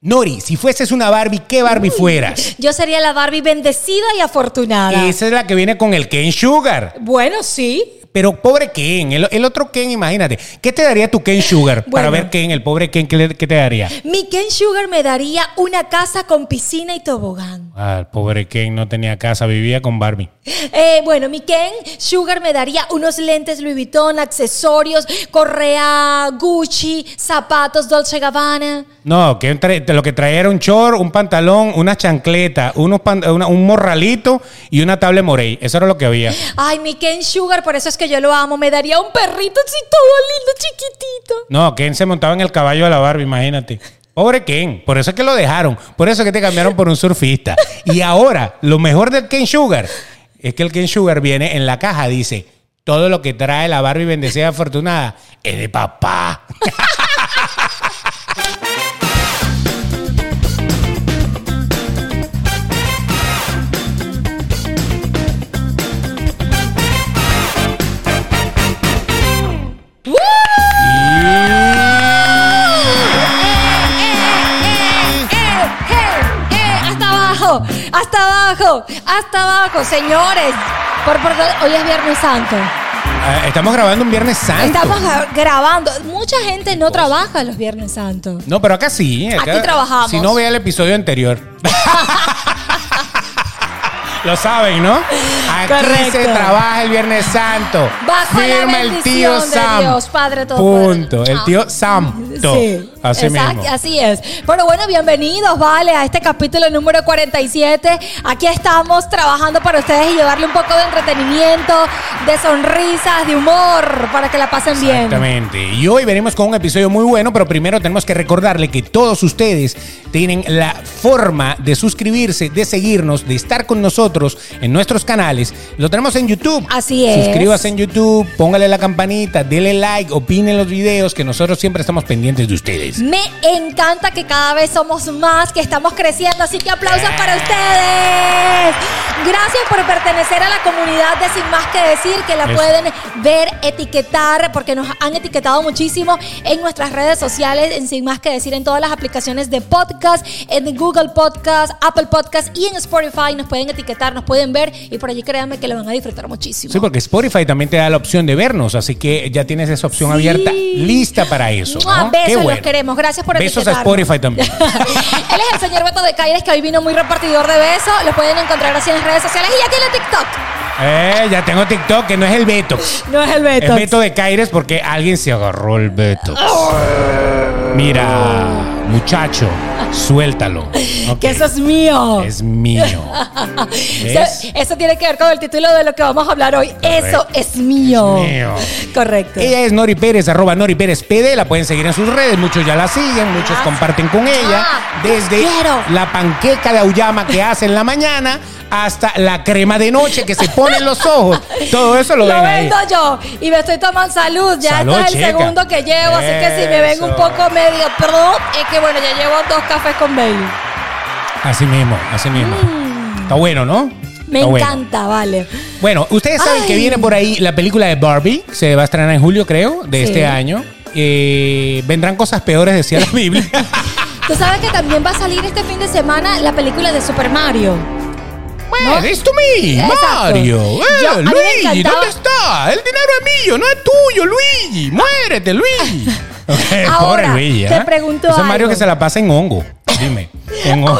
Nori, si fueses una Barbie, ¿qué Barbie fueras? Yo sería la Barbie bendecida y afortunada. Esa es la que viene con el Ken Sugar. Bueno, sí. Pero pobre Ken, el, el otro Ken, imagínate. ¿Qué te daría tu Ken Sugar? Para Bueno. ver Ken, el pobre Ken, ¿qué, le- qué te daría? Mi Ken Sugar me daría una casa con piscina y tobogán. Ah, el pobre Ken no tenía casa, vivía con Barbie. Eh, bueno, mi Ken Sugar me daría unos lentes Louis Vuitton, accesorios, correa Gucci, zapatos Dolce Gabbana. No, que entre- lo que traía era un short, un pantalón, una chancleta, unos pan- una- un morralito y una tablet Morey. Eso era lo que había. Ay, mi Ken Sugar, por eso es que yo lo amo. Me daría un perrito así todo lindo, chiquitito. No, Ken se montaba en el caballo de la Barbie, imagínate. Pobre Ken, por eso es que lo dejaron, por eso es que te cambiaron por un surfista. Y ahora, lo mejor del Ken Sugar es que el Ken Sugar viene en la caja, dice, todo lo que trae la Barbie bendecida y afortunada es de papá. ¡Eh, eh! ¡Hasta abajo! ¡Hasta abajo! ¡Hasta abajo, señores! Por, por- hoy es Viernes Santo. Ah, Estamos grabando un Viernes Santo. Estamos gra- grabando. Mucha gente no trabaja los Viernes Santos. No, pero acá sí. ¿eh? acá- Aquí trabajamos. Si no, vea el episodio anterior. Lo saben, ¿no? Aquí Correcto. se trabaja el Viernes Santo. Bajo la Firma el tío bendición de Sam. Dios, Padre Todopoderoso. Ah. Punto. El tío Sam. Sí, Así exact- mismo. así es. Pero bueno, bienvenidos, vale, a este capítulo número 47. Aquí estamos trabajando para ustedes y llevarle un poco de entretenimiento, de sonrisas, de humor, para que la pasen bien. Exactamente. Y hoy venimos con un episodio muy bueno, pero primero tenemos que recordarle que todos ustedes tienen la forma de suscribirse, de seguirnos, de estar con nosotros en nuestros canales. Lo tenemos en YouTube. Así es. Suscríbase en YouTube, póngale la campanita, dele like, opinen los videos, que nosotros siempre estamos pendientes de ustedes. Me encanta que cada vez somos más, que estamos creciendo, así que aplausos para ustedes. Gracias por pertenecer a la comunidad de Sin Más que Decir, que la Eso. pueden ver, etiquetar, porque nos han etiquetado muchísimo en nuestras redes sociales, en Sin Más que Decir, en todas las aplicaciones de podcast, en Google Podcast, Apple Podcast y en Spotify. Nos pueden etiquetar, nos pueden ver y por allí créanme que lo van a disfrutar muchísimo. Sí, porque Spotify también te da la opción de vernos, así que ya tienes esa opción Sí. abierta, lista para eso. ¡Mua! ¿no? Besos, Qué los bueno. queremos. Gracias por Besos a etiquetarnos. Spotify también. Él es el señor Beto de Caires que hoy vino muy repartidor de besos. Lo pueden encontrar así en las redes sociales y aquí en el TikTok. eh, ya tengo TikTok, que no es el Beto. No es el Es Beto de Caires porque alguien se agarró el Beto. Mira, muchacho, suéltalo. Ok. Que eso es mío. Es mío. ¿Ves? Eso, eso tiene que ver con el título de lo que vamos a hablar hoy. Eso es mío. Es mío. Correcto. Ella es Nori Pérez, arroba Nori Pérez PD. La pueden seguir en sus redes. Muchos ya la siguen, muchos Ah, comparten con ella. ah, Desde quiero. la panqueca de auyama que hace en la mañana hasta la crema de noche que se pone en los ojos. Todo eso lo, Lo ven ahí. vendo yo y me estoy tomando salud. Ya Salud, este es el chica. segundo que llevo, así que si me ven un Eso. poco medio pro, es que bueno, ya llevo dos cafés con Bailey. Así mismo, así mismo. Está bueno, ¿no? Mm. Me Está bueno. encanta, vale. Bueno, ustedes saben Ay. que viene por ahí la película de Barbie, se va a estrenar en julio, creo, de Sí. este año. Eh, vendrán cosas peores, decía la Biblia. Tú sabes que también va a salir este fin de semana la película de Super Mario. Man, It's to me, Exacto. Mario. Eh, Yo- a mí me Luigi, encantaba- ¿dónde está? El dinero es mío, no es tuyo, Luigi. Muérete, Luigi. Eh, Pobre Ahora, Luigi. te ¿eh? pregunto Ese Mario algo. que se la pasa en hongo. Dime. En hongo.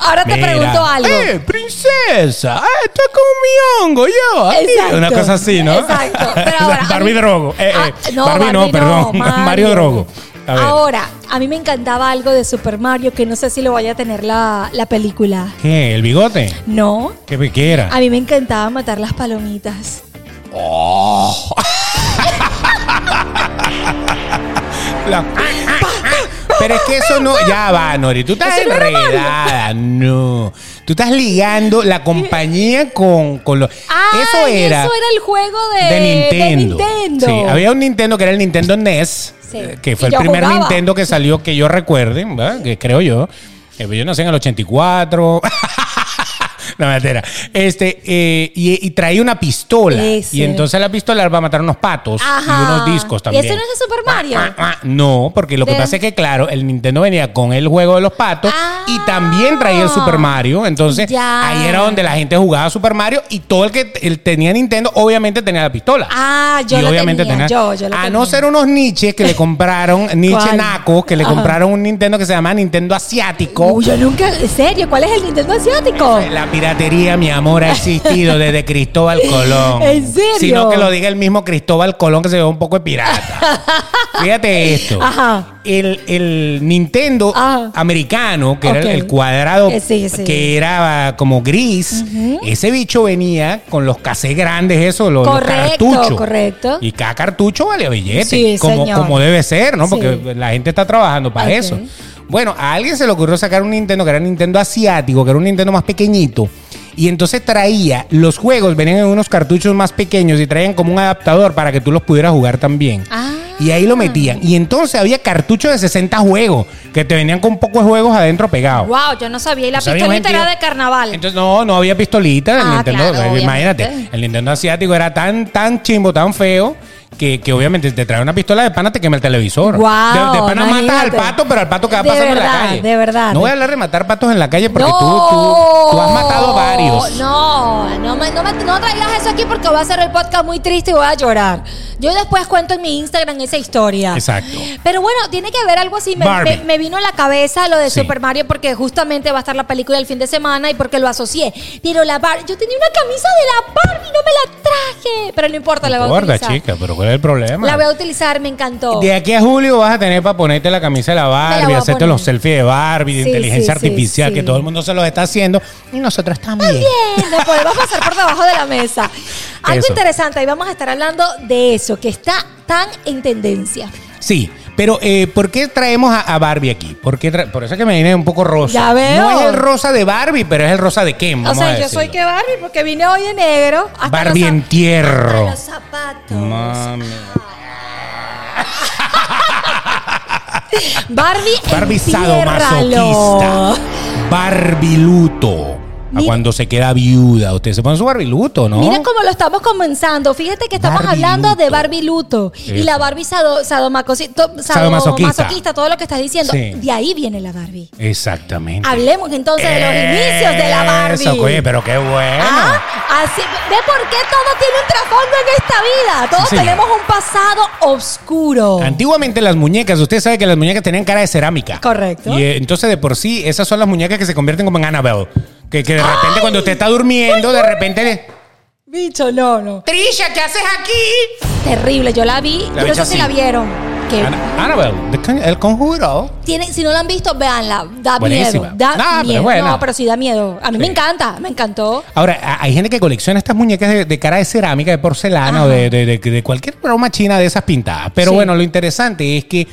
Ahora te Mira. pregunto algo. Eh, princesa. Eh, estoy con mi hongo yo. Ay, Exacto. ah, Una cosa así, ¿no? Exacto. Pero ahora, a Barbie mí- Drogo. Eh, eh, Ah, Barbie, no, perdón. Mario, Drogo. A ver. Ahora, a mí me encantaba algo de Super Mario que no sé si lo vaya a tener la, la película. ¿Qué? ¿El bigote? No. ¿Qué piquera? A mí me encantaba matar las palomitas. Oh. La- Pero es que eso no. Ya va, Nori. Tú estás Eso no era Mario. enredada. No. Tú estás ligando la compañía con, con los. Ah, eso era. Eso era el juego de, de Nintendo. de Nintendo. Sí, había un Nintendo que era el Nintendo NES, Sí. eh, que Y fue el yo primer jugaba. Nintendo que salió que pues yo recuerde, ¿verdad? que creo yo. Eh, Yo nací en el 84. No, mentira. Este, eh, y, y traía una pistola. Ese. Y entonces la pistola va a matar unos patos Ajá. y unos discos ¿Y también. ese no es de Super Mario? Ah, ah, No, porque lo que Del- pasa es que, claro, el Nintendo venía con el juego de los patos Ah. y también traía el Super Mario. Entonces, Ya. ahí era donde la gente jugaba Super Mario y todo el que t- el tenía Nintendo, obviamente tenía la pistola. Ah, yo y la obviamente tenía, yo- yo la a tenía. no ser unos niches que le compraron, niche ¿Cuál? nacos, que le Ajá. compraron un Nintendo que se llama Nintendo Asiático. Uy, yo nunca, en serio, ¿cuál es el Nintendo asiático? La piratería, mi amor, ha existido desde Cristóbal Colón. ¿En serio? Sino que lo diga el mismo Cristóbal Colón que se ve un poco de pirata. Fíjate esto. Ajá. El, el Nintendo Ajá. americano, que Ok. era el cuadrado, Eh, sí, sí. que era como gris, ese bicho venía con los casés grandes, eso, los, los Correcto, cartuchos. correcto. Y cada cartucho valía billete, Sí, como, señor. como debe ser, ¿no? Porque Sí. la gente está trabajando para Ok. eso. Bueno, a alguien se le ocurrió sacar un Nintendo que era un Nintendo asiático, que era un Nintendo más pequeñito. Y entonces traía, los juegos venían en unos cartuchos más pequeños y traían como un adaptador para que tú los pudieras jugar también. Ah. Y ahí lo metían. Y entonces había cartuchos de 60 juegos, que te venían con pocos juegos adentro pegados. Wow, yo no sabía. Y la O sea, pistolita obviamente era yo- de carnaval. Entonces, no, no había pistolita del Ah, Nintendo. claro, o sea, imagínate, obviamente. el Nintendo asiático era tan, tan chimbo, tan feo. Que, que obviamente te trae una pistola de pana te quema el televisor. Guau, de, de pana matas al imagínate. pato, pero al pato que va De pasando en verdad, la calle. de verdad. No voy a hablar de matar patos en la calle porque no, tú, tú, tú has matado varios. No, no, me, no, me- no traigas eso aquí porque voy a hacer el podcast muy triste y voy a llorar. Yo después cuento en mi Instagram esa historia. Exacto. Pero bueno, tiene que haber algo así. Me, Barbie. me- me vino a la cabeza lo de Sí. Super Mario porque justamente va a estar la película el fin de semana y porque lo asocié. Pero la Barbie, yo tenía una camisa de la Barbie, no me la traje. Pero no importa, la voy a Gorda, utilizar. chica, pero ¿cuál es el problema? La voy a utilizar, me encantó. De aquí a julio vas a tener para ponerte la camisa de la Me la Barbie, voy a hacerte poner. los selfies de Barbie, de Sí, inteligencia sí, sí, artificial, sí. que todo el mundo se los está haciendo. Y nosotros también. Bien, lo podemos pasar por debajo de la mesa. Algo Eso. interesante, y vamos a estar hablando de eso, que está tan en tendencia. Sí, pero eh, ¿por qué traemos a, a Barbie aquí? ¿Por, qué tra- por eso es que me viene un poco rosa. Ya veo. No es el rosa de Barbie, pero es el rosa de Ken. o vamos sea, a yo soy decirlo. que Barbie porque vine hoy de negro. Hasta Barbie los zap- entierro. hasta Los zapatos. Mami. Barbie, Barbie entiérralo. sadomasoquista. Barbie luto. A Mira- cuando se queda viuda. Usted se pone su Barbie luto, ¿no? Mira cómo lo estamos comenzando. Fíjate que estamos Barbie hablando de luto. Barbie luto y Eso. la Barbie sado, sadomacosi- to- Sadomasoquista. sadomasoquista, todo lo que estás diciendo. Sí. De ahí viene la Barbie. Exactamente. Hablemos entonces de los inicios de la Barbie. Eso, oye, pero qué bueno. Ah, así, ¿Ve por qué todo tiene un trasfondo en esta vida? Todos Sí, señor. tenemos un pasado oscuro. Antiguamente las muñecas, usted sabe que las muñecas tenían cara de cerámica. Correcto. Y eh, entonces de por sí, esas son las muñecas que se convierten como en Annabelle. Que, que de repente ¡Ay! cuando usted está durmiendo, de repente... le- Bicho, no, no. Trisha, ¿qué haces aquí? Terrible, yo la vi. La yo no bicha sé así. si la vieron. Que Ana- Annabelle, the con- el conjuro. tiene, si no la han visto, véanla. Da Buenísima. miedo. Da No, pero miedo. buena. No, pero sí da miedo. A mí me Sí. encanta, me encantó. Ahora, a- hay gente que colecciona estas muñecas de, de cara de cerámica, de porcelana Ajá. o de, de- de- de cualquier broma china de esas pintadas. Pero Sí. bueno, lo interesante es que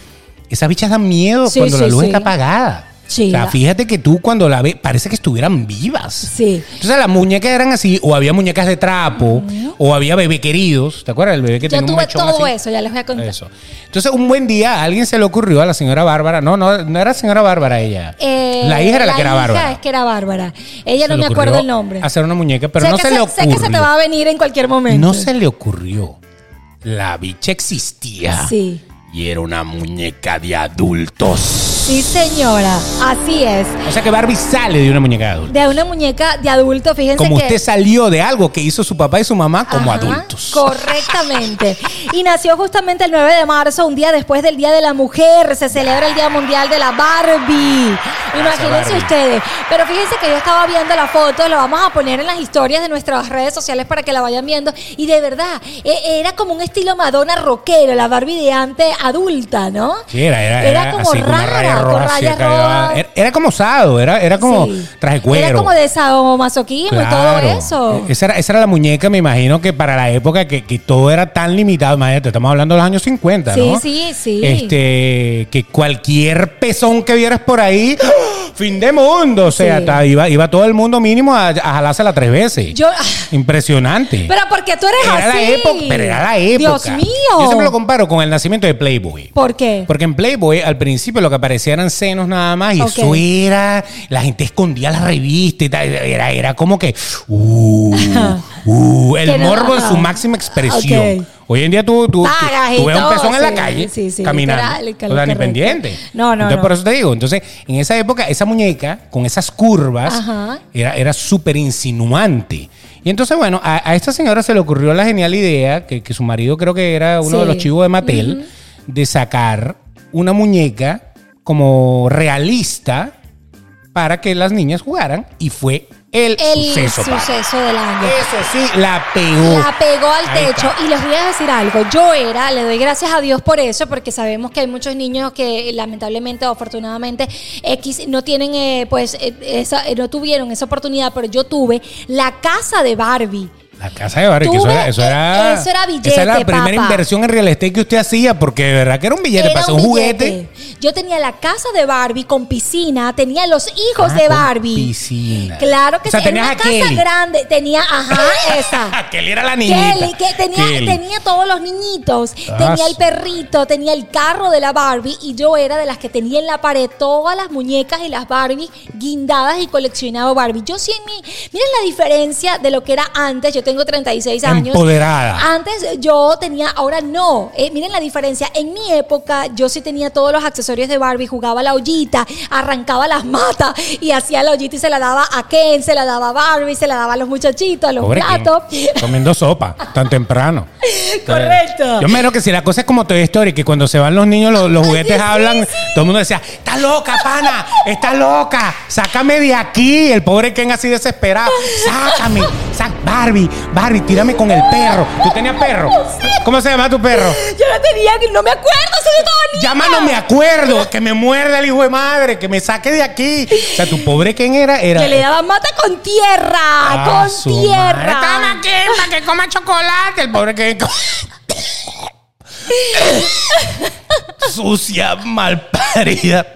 esas bichas dan miedo Sí, cuando la sí, luz sí. está apagada. Sí, o sea, la- fíjate que tú cuando la ves, parece que estuvieran vivas. Sí. Entonces las muñecas eran así, o había muñecas de trapo, o había bebé queridos. ¿Te acuerdas? El bebé que Yo tenía un tuve mechón todo así. eso, ya les voy a contar. Eso. Entonces, un buen día a alguien se le ocurrió a la señora Bárbara. No, no, no era señora Bárbara ella. Eh, la hija era la, que era hija Bárbara. es que era Bárbara. Ella Se no le me acuerdo ocurrió el nombre. Hacer una muñeca, pero Sé no que se, le sé ocurrió. que se te va a venir en cualquier momento. No se le ocurrió. La bicha existía. Sí. Y era una muñeca de adultos. Sí, señora. Así es. O sea que Barbie sale de una muñeca de adultos. De una muñeca de adulto, fíjense Como que. usted salió de algo que hizo su papá y su mamá como Ajá, adultos. Correctamente. Y nació justamente el 9 de marzo, un día después del Día de la Mujer. Se celebra el Día Mundial de la Barbie. Imagínense Barbie. ustedes. Pero fíjense que yo estaba viendo la foto, la vamos a poner en las historias de nuestras redes sociales para que la vayan viendo. Y de verdad, e- era como un estilo Madonna rockero, la Barbie de antes adulta, ¿no? Sí, era, era, Era era como así, con una rara, raya con roja, así rayas acá llevaba. rojas. Era, era como osado, era, era como Sí. traje cuero. Era como de sadomasoquismo Claro. Eh, y todo eso. Esa era, esa era la muñeca, me imagino que para la época que, que todo era tan limitado, imagínate, estamos hablando de los años 50, Sí, ¿no? sí, sí. Este, que cualquier pezón que vieras por ahí, ¡ah! fin de mundo. O sea, Sí. ta- iba, iba todo el mundo mínimo a, a jalársela tres veces. Yo- ah, Impresionante. Pero porque tú eres era así. la época, pero era la época. Dios mío. Yo siempre lo comparo con el nacimiento de Playboy. ¿Por qué? Porque en Playboy al principio lo que aparecía eran senos nada más y Ok. eso era, la gente escondía las revistas y tal, era, era como que, uh, uh, Que el no, morbo en ajá. su máxima expresión. Ok. Hoy en día tú, tú, tú- Pagas y tú ves un todo, pezón en la sí, calle sí, sí, caminando, literal, literal, o sea, ni correcto. pendiente. No, no, Entonces no. por eso te digo, entonces en esa época esa muñeca con esas curvas Ajá. era, era súper insinuante. Y entonces, bueno, a, a esta señora se le ocurrió la genial idea, que, que su marido creo que era uno de Sí. los chivos de Mattel, de sacar una muñeca como realista para que las niñas jugaran y fue el, El suceso. suceso, padre. del año. Eso sí, la pegó. La pegó al Ahí techo y les voy a decir algo. Yo era, le doy gracias a Dios por eso, porque sabemos que hay muchos niños que eh, lamentablemente o afortunadamente X no tienen, eh, pues, eh, esa, eh, no tuvieron esa oportunidad, pero yo tuve la casa de Barbie. La casa de barrio, que eso Tuve- e-, era, eso era, eso era billete, Esa era la primera papá. inversión en real estate que usted hacía, porque de verdad que era un billete, Era pasó un un billete. juguete. Yo tenía la casa de Barbie con piscina, tenía los hijos Ah, de con Barbie. piscina. Claro que O sea, sí. Era tenías una a casa Kelly. grande, tenía, ajá, esa. Kelly Ah, era la niñita. Kelly, que tenía, Kelly. tenía todos los niñitos. Ah, tenía el sí. perrito, tenía el carro de la Barbie y yo era de las que tenía en la pared todas las muñecas y las Barbies guindadas y coleccionaba Barbie. Yo sí en mí, miren la diferencia de lo que era antes. Yo tengo 36 años. Ah, Empoderada. Antes yo tenía, ahora no. Eh, miren la diferencia. En mi época yo sí tenía todos los accesorios de Barbie, jugaba la ollita, arrancaba las matas y hacía la ollita y se la daba a Ken, se la daba a Barbie, se la daba a los muchachitos, a los Pobre gatos. Ken, comiendo sopa tan temprano. Correcto. Yo menos que si la cosa es como Toy Story, que cuando se van los niños, los, los juguetes sí, hablan, todo el mundo decía, está loca, pana, está loca, sácame de aquí. El pobre Ken así desesperado, sácame, sa- Barbie, Barbie, tírame con el perro. ¿Tú tenías perro? ¿Cómo se llama tu perro? Yo no tenía, no me acuerdo, soy de toda niña. Llama, no me acuerdo, que me muerda el hijo de madre, que me saque de aquí. O sea, tu pobre Ken era... era Que le daba mata con tierra, Ah, su con madre. Toma tierra. aquí para que coma chocolate. El pobre que. Sucia, malparida.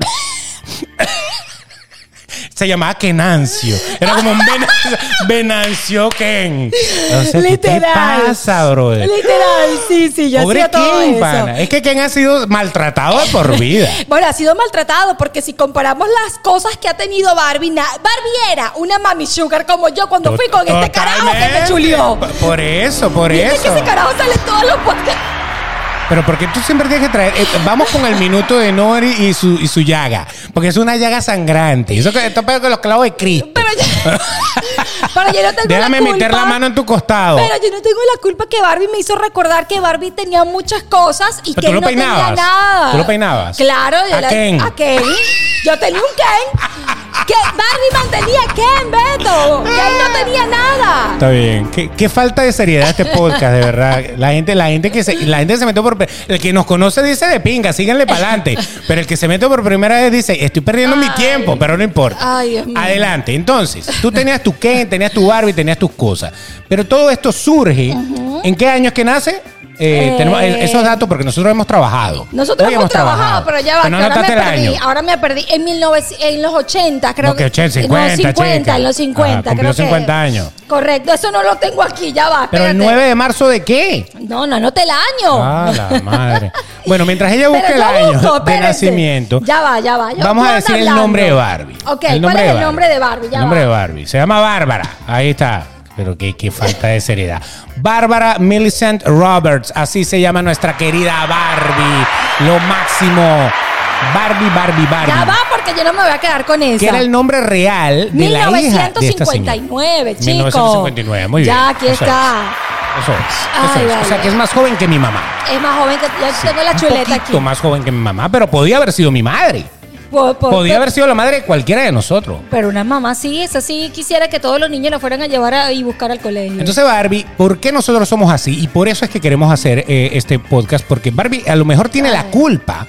Se llamaba Kenancio. Era como un Venancio, Venancio Ken. O sea, ¿qué te pasa, brother? Literal, sí, sí, yo Pobre hacía todo Ken, eso. pana. Es que Ken ha sido maltratado de por vida. Bueno, ha sido maltratado porque si comparamos las cosas que ha tenido Barbie, na- Barbie era una mami sugar como yo cuando fui con este carajo que me Totalmente. chulió. P- Por eso, por Viste que eso. ese carajo sale en todos los podcasts. Pero porque tú siempre tienes que traer. eh, vamos con el minuto de Nori y su, y su llaga. Porque es una llaga sangrante. Eso que esto es peor que los clavos de Cristo. Pero yo, pero yo no tengo Déjame la culpa. meter la mano en tu costado. Pero yo no tengo la culpa que Barbie me hizo recordar que Barbie tenía muchas cosas y Pero que tú lo no tenía peinabas. nada. Tú lo peinabas. Claro, yo ¿A la- Ken? a Ken. Yo tenía un Ken. Que Barbie mantenía a Ken, Beto. Ken no tenía nada. Está bien. ¿Qué, qué falta de seriedad este podcast, de verdad. La gente, la gente que se, la gente que se metió por. El que nos conoce dice de pinga, síganle para adelante. Pero el que se mete por primera vez dice, estoy perdiendo mi tiempo, pero no importa. Ay, Dios mío. Adelante. Entonces, tú tenías tu Ken, tenías tu Barbie, tenías tus cosas. Pero todo esto surge. ¿En qué años que nace? Eh, Eh. Tenemos eh, esos datos porque nosotros hemos trabajado. Nosotros Hoy hemos trabajado, pero ya va, Pero no que ahora me anotaste el perdí. Ah, año. Ahora me perdí en, 19 en los 80, creo. No, que 80, 50, No, 50, chica. en los 50. Ah, cumplió creo que- 50 años. Correcto, eso no lo tengo aquí, ya va. Pero el espérate. 9 de marzo de qué? No, no, no te el año. Ah, la madre. Bueno, mientras ella busca Oh. Pero el yo año busco, de espérense. nacimiento, Ya va, ya va. Yo- vamos tú a andas decir el hablando. nombre de Barbie. Ok, El ¿cuál nombre es de el nombre de Barbie? Ya el nombre va. de Barbie. Se llama Bárbara. Ahí está. Pero qué, qué falta de seriedad. Bárbara Millicent Roberts. Así se llama nuestra querida Barbie. Lo máximo. Barbie, Barbie, Barbie. Ya va, porque yo no me voy a quedar con esa. Que era el nombre real de la hija de esta señora. 1959, chico. 1959, muy bien. Ya, aquí Eso es. está. Eso es. eso es. Ay, O sea, vale. que es más joven que mi mamá. Es más joven que. Ya tengo la un chuleta poquito aquí. más joven que mi mamá, pero podía haber sido mi madre. Po- po- Podía pe- haber sido la madre de cualquiera de nosotros. Pero una mamá sí, esa sí quisiera que todos los niños la fueran a llevar a- y buscar al colegio. Entonces, Barbie, ¿por qué nosotros somos así? Y por eso es que queremos hacer eh, este podcast, porque Barbie a lo mejor tiene la culpa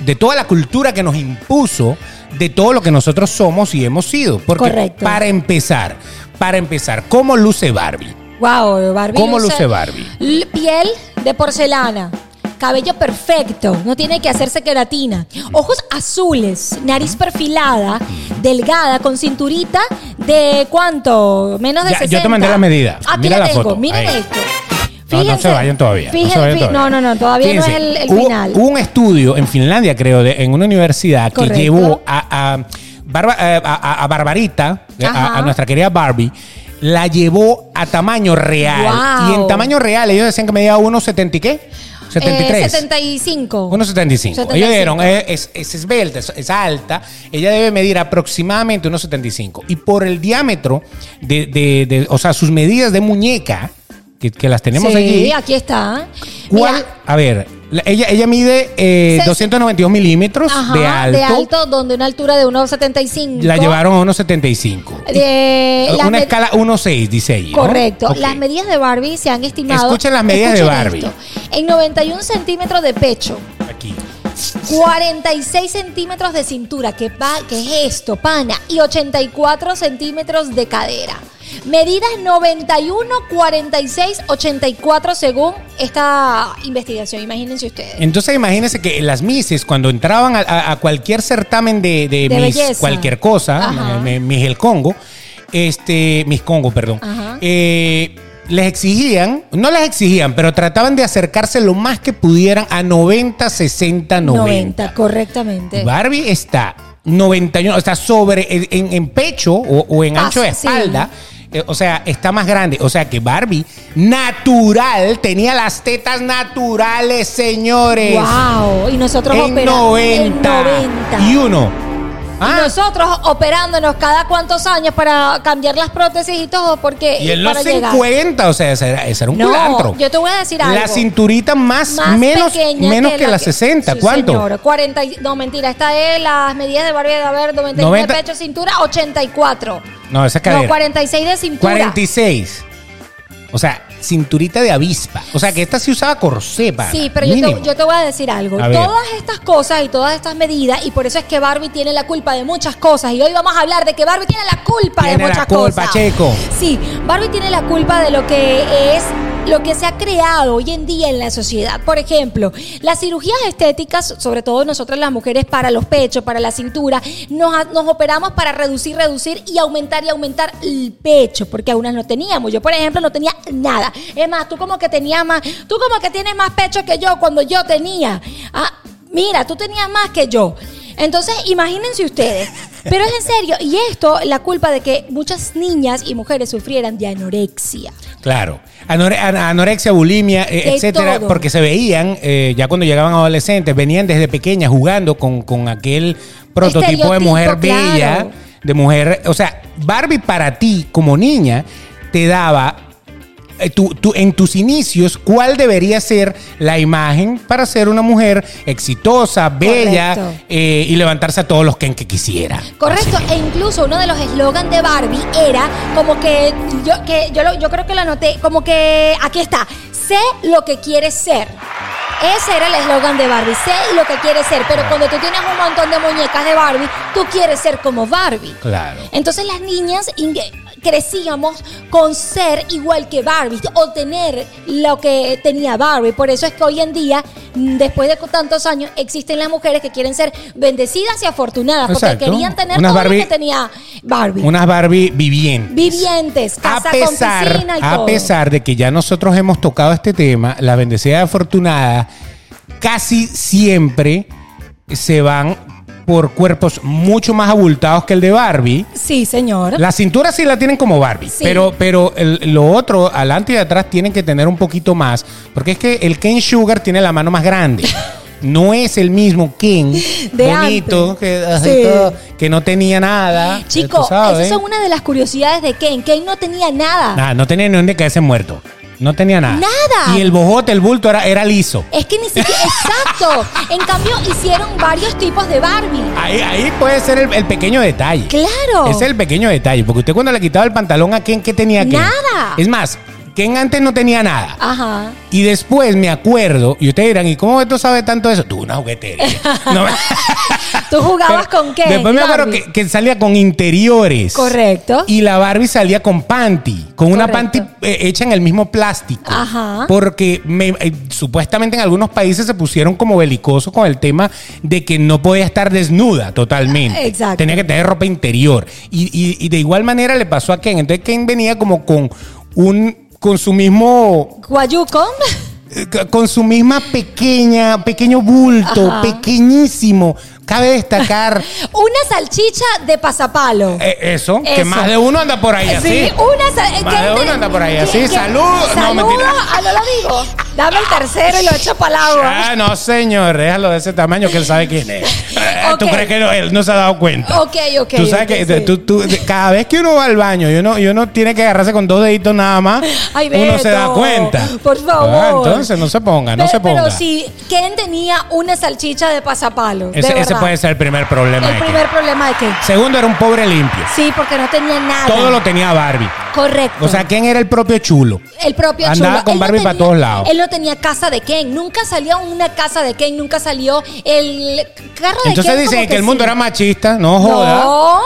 de toda la cultura que nos impuso, de todo lo que nosotros somos y hemos sido. Porque Correcto. para empezar, para empezar, ¿cómo luce Barbie? wow, Barbie. ¿Cómo luce Barbie? L- Piel de porcelana. cabello perfecto, no tiene que hacerse queratina, ojos azules, nariz perfilada, delgada, con cinturita de cuánto, menos de Ya, 60. yo te mandé la medida. Aquí Mira la la tengo, foto. miren Ahí. esto. No, no se vayan todavía. no, se fíjense- vayan fí- no, no, no, todavía no Fíjense, es el, el hubo- final. Hubo un estudio en Finlandia, creo, de- en una universidad Correcto. que llevó a, a, Barba- eh, a- a- a Barbarita, eh, Ajá. a, a nuestra querida Barbie, la llevó a tamaño real. Guau. Y en tamaño real ellos decían que medía 1,70 y qué? Eh, 73. 75. 1,75. 75. Ellos dijeron, eh, es, es esbelta, es, es alta. Ella debe medir aproximadamente 1,75. Y por el diámetro de, de- de- o sea, sus medidas de muñeca, que, que las tenemos sí, aquí. aquí está. ¿Cuál? Mira, a ver, la- ella, ella mide eh, Se- 292 milímetros ajá, de alto. donde una altura de 1,75. La llevaron a 1,75. De, Eh, las Una med- escala 1,6, dice ella. ¿no? Correcto. Ok. Las medidas de Barbie se han estimado. Escuchen las medidas de Barbie. esto. En 91 centímetros de pecho, Aquí. 46 centímetros de cintura, que, pa- que es esto, pana, y 84 centímetros de cadera. Medidas 91, 46, 84 según esta investigación. Imagínense ustedes. Entonces imagínense que las Misses cuando entraban a, a- a cualquier certamen de, de De Miss belleza. cualquier cosa, Ajá. mi- mi- Miss el Congo, este, Miss Congo, perdón, Ajá. eh, les exigían, no les exigían, pero trataban de acercarse lo más que pudieran a 90, 60, 90. correctamente. Barbie está 91, está sobre en, en- en pecho o, o en Pasa, ancho de sí. espalda. eh, O sea, está más grande. O sea que Barbie, natural, tenía las tetas naturales, señores. Wow. Y nosotros En operando. 90. Y uno. Y Ah, nosotros operándonos cada cuantos años para cambiar las prótesis y todo, porque. y en los para llegar. 50, o sea, ese era, ese era un No, culantro. yo te voy a decir algo. La cinturita más, Más menos, pequeña menos que, la 60. sí, ¿Cuánto? señora, 40, y- no, mentira, esta es las medidas de Barbie de haber 99 90. pecho, cintura, 84. No, esa es No, cadera. 46 de cintura. 46. O sea, cinturita de avispa. O sea, que esta sí usaba corsé, pana, Sí, pero yo mínimo. te, yo te voy a decir algo. A ver. todas estas cosas y todas estas medidas, y por eso es que Barbie tiene la culpa de muchas cosas. Y hoy vamos a hablar de que Barbie tiene la culpa de Tiene la muchas culpa, cosas. Checo. Sí, Barbie tiene la culpa de lo que es lo que se ha creado hoy en día en la sociedad. Por ejemplo, las cirugías estéticas, sobre todo nosotras las mujeres, para los pechos, para la cintura, nos, ha- nos operamos para reducir, reducir y aumentar y aumentar el pecho, porque algunas no teníamos. Yo, por ejemplo, no tenía nada. Es más, tú como que tenías más, tú como que tienes más pecho que yo cuando yo tenía. Ah, mira, tú tenías más que yo. Entonces, imagínense ustedes. Pero es en serio, y esto, la culpa de que muchas niñas y mujeres sufrieran de anorexia. Claro. Anore- an- anorexia, bulimia, eh, De etcétera. todo. Porque se veían, eh, ya cuando llegaban adolescentes, venían desde pequeñas jugando con, con aquel prototipo de Estereotipo, mujer claro. bella, de mujer. O sea, Barbie para ti, como niña, te daba. eh, tú- tú- en tus inicios, ¿cuál debería ser la imagen para ser una mujer exitosa, bella Correcto. eh, y levantarse a todos los que, que quisiera? Correcto, e incluso uno de los eslogans de Barbie era como que yo, que yo, lo- yo creo que lo anoté, como que aquí está, sé lo que quieres ser. Ese era el eslogan de Barbie, sé lo que quieres ser, pero cuando tú tienes un montón de muñecas de Barbie, tú quieres ser como Barbie. Claro. Entonces las niñas in- crecíamos con ser igual que Barbie o tener lo que tenía Barbie. Por eso es que hoy en día, mm, después de tantos años, existen las mujeres que quieren ser bendecidas y afortunadas porque Exacto. querían tener Unas todo Barbie- lo que tenía Barbie. Unas Barbie vivientes. Vivientes, a casa con pesar, piscina y a todo. pesar de que ya nosotros hemos tocado este tema, las bendecidas afortunadas casi siempre se van por cuerpos mucho más abultados que el de Barbie. Sí, señor. Eh, La cintura sí la tienen como Barbie, Sí. pero, pero el- lo otro, adelante y atrás, tienen que tener un poquito más, porque es que el Ken Sugar tiene la mano más grande. No es el mismo Ken De bonito antes. que, Sí. que no tenía nada. eh, tú Chicos, sabes. esas son una de las curiosidades de Ken. Ken no tenía nada. Nada, no tenía ni dónde caerse muerto. No tenía nada. Nada. Eh. Y el bojote, el bulto era, era liso. Es que ni siquiera. Exacto. En cambio, hicieron varios tipos de Barbie. Ahí, ahí puede ser el, el pequeño detalle. Claro. Ese es el pequeño detalle. Porque usted cuando le quitaba el pantalón a Ken, ¿qué tenía Ken? Nada. Ah. Es más, Ken antes no tenía nada. Ajá. Y después me acuerdo, y ustedes dirán, ¿y cómo tú sabes tanto de eso? Tú, una juguetería. No me- Tú jugabas Pero con Ken. Después me acuerdo Barbie. que, que salía con interiores. Correcto. Y la Barbie salía con panty, con una panty Correcto. eh, hecha en el mismo plástico. Ajá. Porque me- eh, supuestamente en algunos países se pusieron como belicosos con el tema de que no podía estar desnuda totalmente. Exacto. Tenía que tener ropa interior. Y, y- y de igual manera le pasó a Ken. Entonces Ken venía como con un con su mismo Guayuco. eh, con su misma pequeña pequeño bulto Ajá. pequeñísimo cabe destacar Una salchicha de pasapalo. eh, eso, que Eso. más de uno anda por ahí así Sí, una sa- Más ¿qué de te- uno anda por ahí qué- así. qué- Ah, Salud. No, Saludo mentira. a los amigos. Dame el tercero y lo echo para el agua. Ah, no, señor, déjalo de ese tamaño que él sabe quién es. Eh, ¿Tú Ok. crees que no, él no se ha dado cuenta? Ok, ok. Tú sabes ok, que sí. eh, tú- tú- cada vez que uno va al baño y uno, y uno tiene que agarrarse con dos deditos nada más, Ay, uno se da Beto, cuenta. por favor. Ah, entonces no se ponga, no Pe- se ponga. Pero si Ken tenía una salchicha de pasapalo. de ese, ese verdad. puede ser el primer problema. El de Ken. primer problema de Ken. Segundo, era un pobre limpio. Sí, porque no tenía nada. Todo lo tenía Barbie. Correcto. O sea, ¿quién era el propio chulo? el propio andaba chulo. con Él Barbie tenía- para todos lados. Él no tenía casa de Ken. Nunca salió una casa de Ken. Nunca salió el carro de Ken. Entonces dicen como que, el mundo sí. era machista, no joda.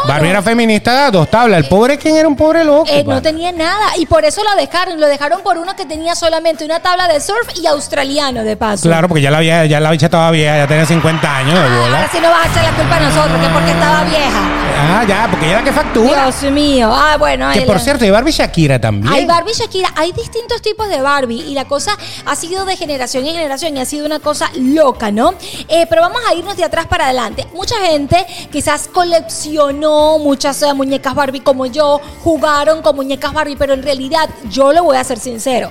Barbie no. era feminista, dos tablas. El pobre Ken era un pobre loco. Eh, no pana. tenía nada y por eso lo dejaron. Lo dejaron por uno que tenía solamente una tabla de surf y australiano de paso. Claro, porque ya la vieja, ya la bicha estaba vieja, ya tenía 50 años de Ah, bola. ahora sí no vas a echar la culpa a nosotros, que porque estaba vieja. Ah, ya, porque ella era la que factura. Dios mío. Ah, bueno. que el- por cierto, hay Barbie Shakira también. Hay Barbie y Shakira, hay distintos tipos de Barbie y la cosa ha sido de generación en generación y ha sido una cosa loca, ¿no? Eh, pero vamos a irnos de atrás para adelante. Mucha gente quizás coleccionó muchas eh, muñecas Barbie como yo, jugaron con muñecas Barbie, pero en realidad yo lo voy a ser sincero.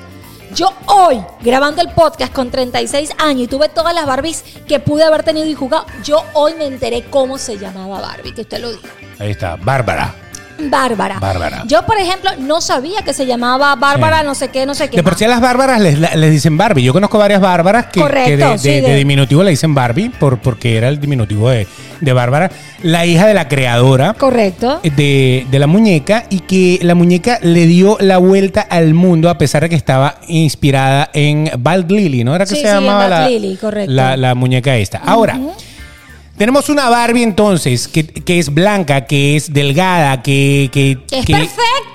Yo hoy, grabando el podcast con 36 años y tuve todas las Barbies que pude haber tenido y jugado, yo hoy me enteré cómo se llamaba Barbie, que usted lo dijo. Ahí está, Bárbara. Bárbara. Bárbara. Yo, por ejemplo, no sabía que se llamaba Bárbara, Sí. no sé qué, no sé qué. De por más. sí a las bárbaras les, les dicen Barbie. Yo conozco varias bárbaras que, Correcto, que de, de- sí, de- de diminutivo le dicen Barbie por, porque era el diminutivo de, de Bárbara. La hija de la creadora Correcto. de, de la muñeca y que la muñeca le dio la vuelta al mundo a pesar de que estaba inspirada en Bald Lily, ¿no? Era que Sí, se sí, en llamaba Bad la, Lily, correcto. La, la muñeca esta. Ahora, tenemos una Barbie entonces que, que es blanca, que es delgada, que, que, Que es perfecta.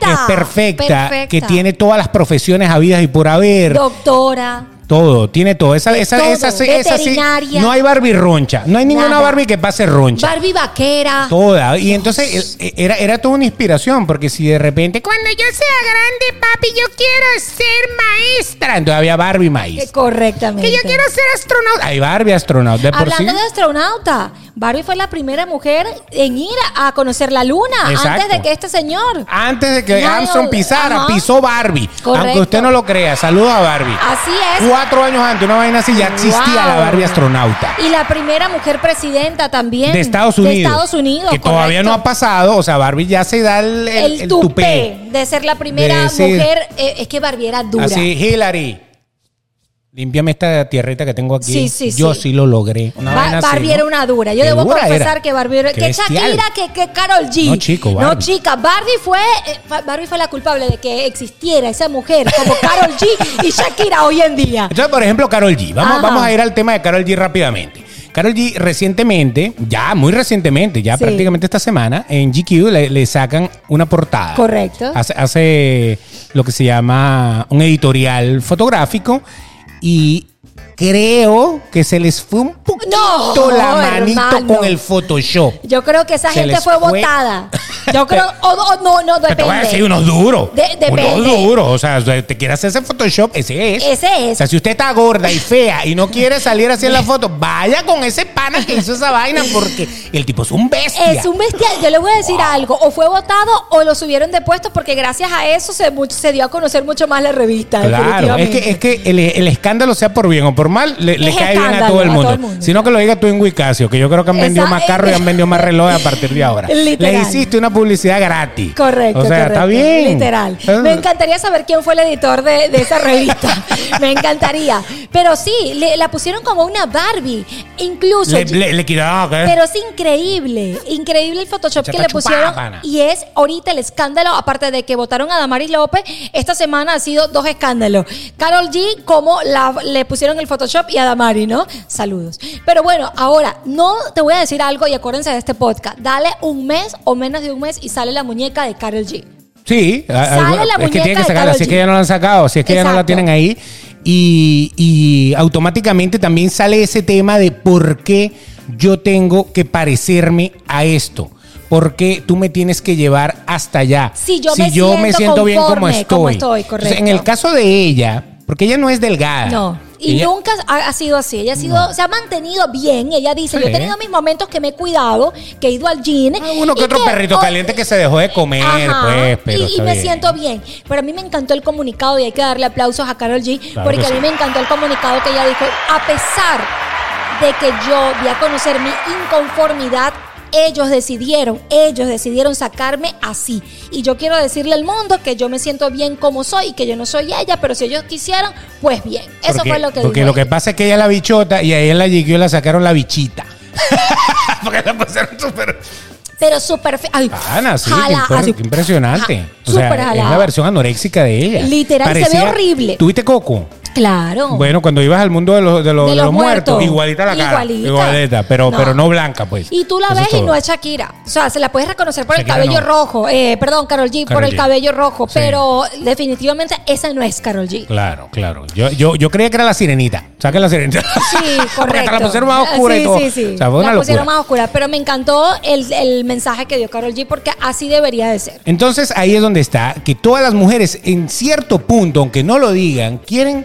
que es perfecta, Perfecta. que tiene todas las profesiones habidas y por haber. Doctora. Todo, tiene todo. Esa, esa, todo, esa sí- esa sí, veterinaria. No hay Barbie roncha. No hay ninguna Nada. Barbie que pase roncha. Barbie vaquera. Toda. Y entonces el- era, era toda una inspiración, porque si de repente, cuando yo sea grande, papi, yo quiero ser maestra. Entonces había Barbie Eh, maestra. Correctamente. Que yo quiero ser astronauta. Hay Barbie astronauta. De por sí. Hablando de astronauta, Barbie fue la primera mujer en ir a a conocer la luna Exacto. antes de que este señor. Antes de que Nadie- Armstrong pisara, Ajá. pisó Barbie. Correcto. Aunque usted no lo crea, saluda a Barbie. Así es. Cuatro años antes, una vaina así, ya existía Wow. la Barbie astronauta. Y la primera mujer presidenta también. De Estados Unidos. De Estados Unidos. Que todavía no ha correcto. pasado. O sea, Barbie ya se da el, el- El, el tupé, tupé. de ser la primera De decir- mujer. eh, es que Barbie era dura. Así, Hillary. Límpiame esta tierrita que tengo aquí. Sí, sí, Yo sí. sí, lo logré. Una Ba- vaina así, Barbie ¿no? era una dura. Yo Qué debo dura confesar era. que Barbie era. Qué Que bestial. Shakira, que, que Carol G. No, chico, No, Barbie. chica. Barbie fue. eh, fa- Barbie fue la culpable de que existiera esa mujer como Carol G y Shakira hoy en día. Entonces, por ejemplo, Carol G. Vamos, Ajá. vamos a ir al tema de Carol G rápidamente. Carol G recientemente, ya muy recientemente, ya Sí. prácticamente esta semana, en GQ le, le sacan una portada. Correcto. Hace, hace lo que se llama un editorial fotográfico y creo que se les fue un poquito la manito hermano. con el Photoshop. Yo creo que esa Se gente les fue fue. votada. Yo creo. o, o no, no, Pero depende. Te voy a decir unos duros. De- depende. Unos duros. O sea, si te quieres hacer ese Photoshop, ese es. Ese es. O sea, si usted está gorda y fea y no quiere salir así en la foto, vaya con ese pana que hizo esa vaina porque el tipo es un bestia. Es un bestial. Yo le voy a decir algo. O fue votado o lo subieron de puesto porque gracias a eso se, mu- se dio a conocer mucho más la revista. Claro, es Ah, definitivamente. que, es que el, el escándalo, sea por bien o por mal, le, le Es cae bien a escándalo todo el a todo mundo. el mundo. Sino que lo diga tú en Wicasio, que yo creo que han vendido Esa- más carros y han vendido más relojes a partir de ahora. Literal. Le hiciste una publicidad gratis. Correcto. O sea, correcto, está bien. Ah. Literal. Está- Me encantaría saber quién fue el editor de, de esa revista. Me encantaría. Pero sí, le- la pusieron como una Barbie. Incluso. Le, le, le quitaba, ¿qué? Pero es increíble, increíble el Photoshop Se que Eh. está le pusieron. chupada, pana. Y es ahorita el escándalo, aparte de que votaron a Damaris López, esta semana ha sido dos escándalos. Carol G, como la, le pusieron el Photoshop y a Damaris, ¿no? Saludos. Pero bueno, ahora, no te voy a decir algo y acuérdense de este podcast. Dale un mes o menos de un mes y sale la muñeca de Carol G. Eh. Sí, a- Sale alguna- la es que muñeca tienen de que sacarla, Karol si es G. que ya no la han sacado, si es que ya no la Exacto. tienen ahí. Y, y automáticamente también sale ese tema de por qué yo tengo que parecerme a esto. ¿Por qué tú me tienes que llevar hasta allá? Si yo me siento bien como conforme, estoy. como estoy, correcto. en el caso de ella, porque ella no es delgada. No. Y Ella- nunca ha, ha sido así. Ella ha sido, se ha mantenido bien. Ella dice, Sí. yo he tenido mis momentos que me he cuidado, que he ido al gym. Ah, Uno que y otro perrito oh, caliente que se dejó de comer, Ajá, pues, pero y- y, está me bien. siento bien. Pero a mí me encantó el comunicado y hay que darle aplausos a Carol G Claro porque que a mí sí. me encantó el comunicado que ella dijo, a pesar de que yo di a conocer mi inconformidad, ellos decidieron, ellos decidieron sacarme así. Y yo quiero decirle al mundo que yo me siento bien como soy y que yo no soy ella, pero si ellos quisieron, pues bien. Eso Porque- fue lo que Porque dijo lo que ella. pasa es que ella es la bichota y a ella la llegó y la sacaron la bichita. porque la pusieron súper. Pero súper... fe- Ay, Ana, sí, jala, qué impre- así, qué impresionante. ja, o sea, súper es jalada. la versión anoréxica de ella. Literal, se ve horrible. ¿Tuviste coco? Claro. Bueno, cuando ibas al mundo de los, de los, De de los los muertos, muertos. igualita la cara. Igualita. Igualita. pero, No. pero no blanca, pues. Y tú la Eso ves y todo. no es Shakira. O sea, se la puedes reconocer por Shakira el cabello no. rojo. Eh, perdón, Carol G, por Karol el G. cabello rojo. Sí. Pero definitivamente esa no es Carol G. Claro, claro. Yo, yo, yo creía que era la sirenita. Saca la sirenita. Sí, correcto. Porque hasta la pusieron más oscura sí, y todo. Sí, sí, O sea, fue una la pusieron locura. más oscura. Pero me encantó el, el mensaje que dio Carol G porque así debería de ser. Entonces ahí es donde está, que todas las mujeres en cierto punto, aunque no lo digan, quieren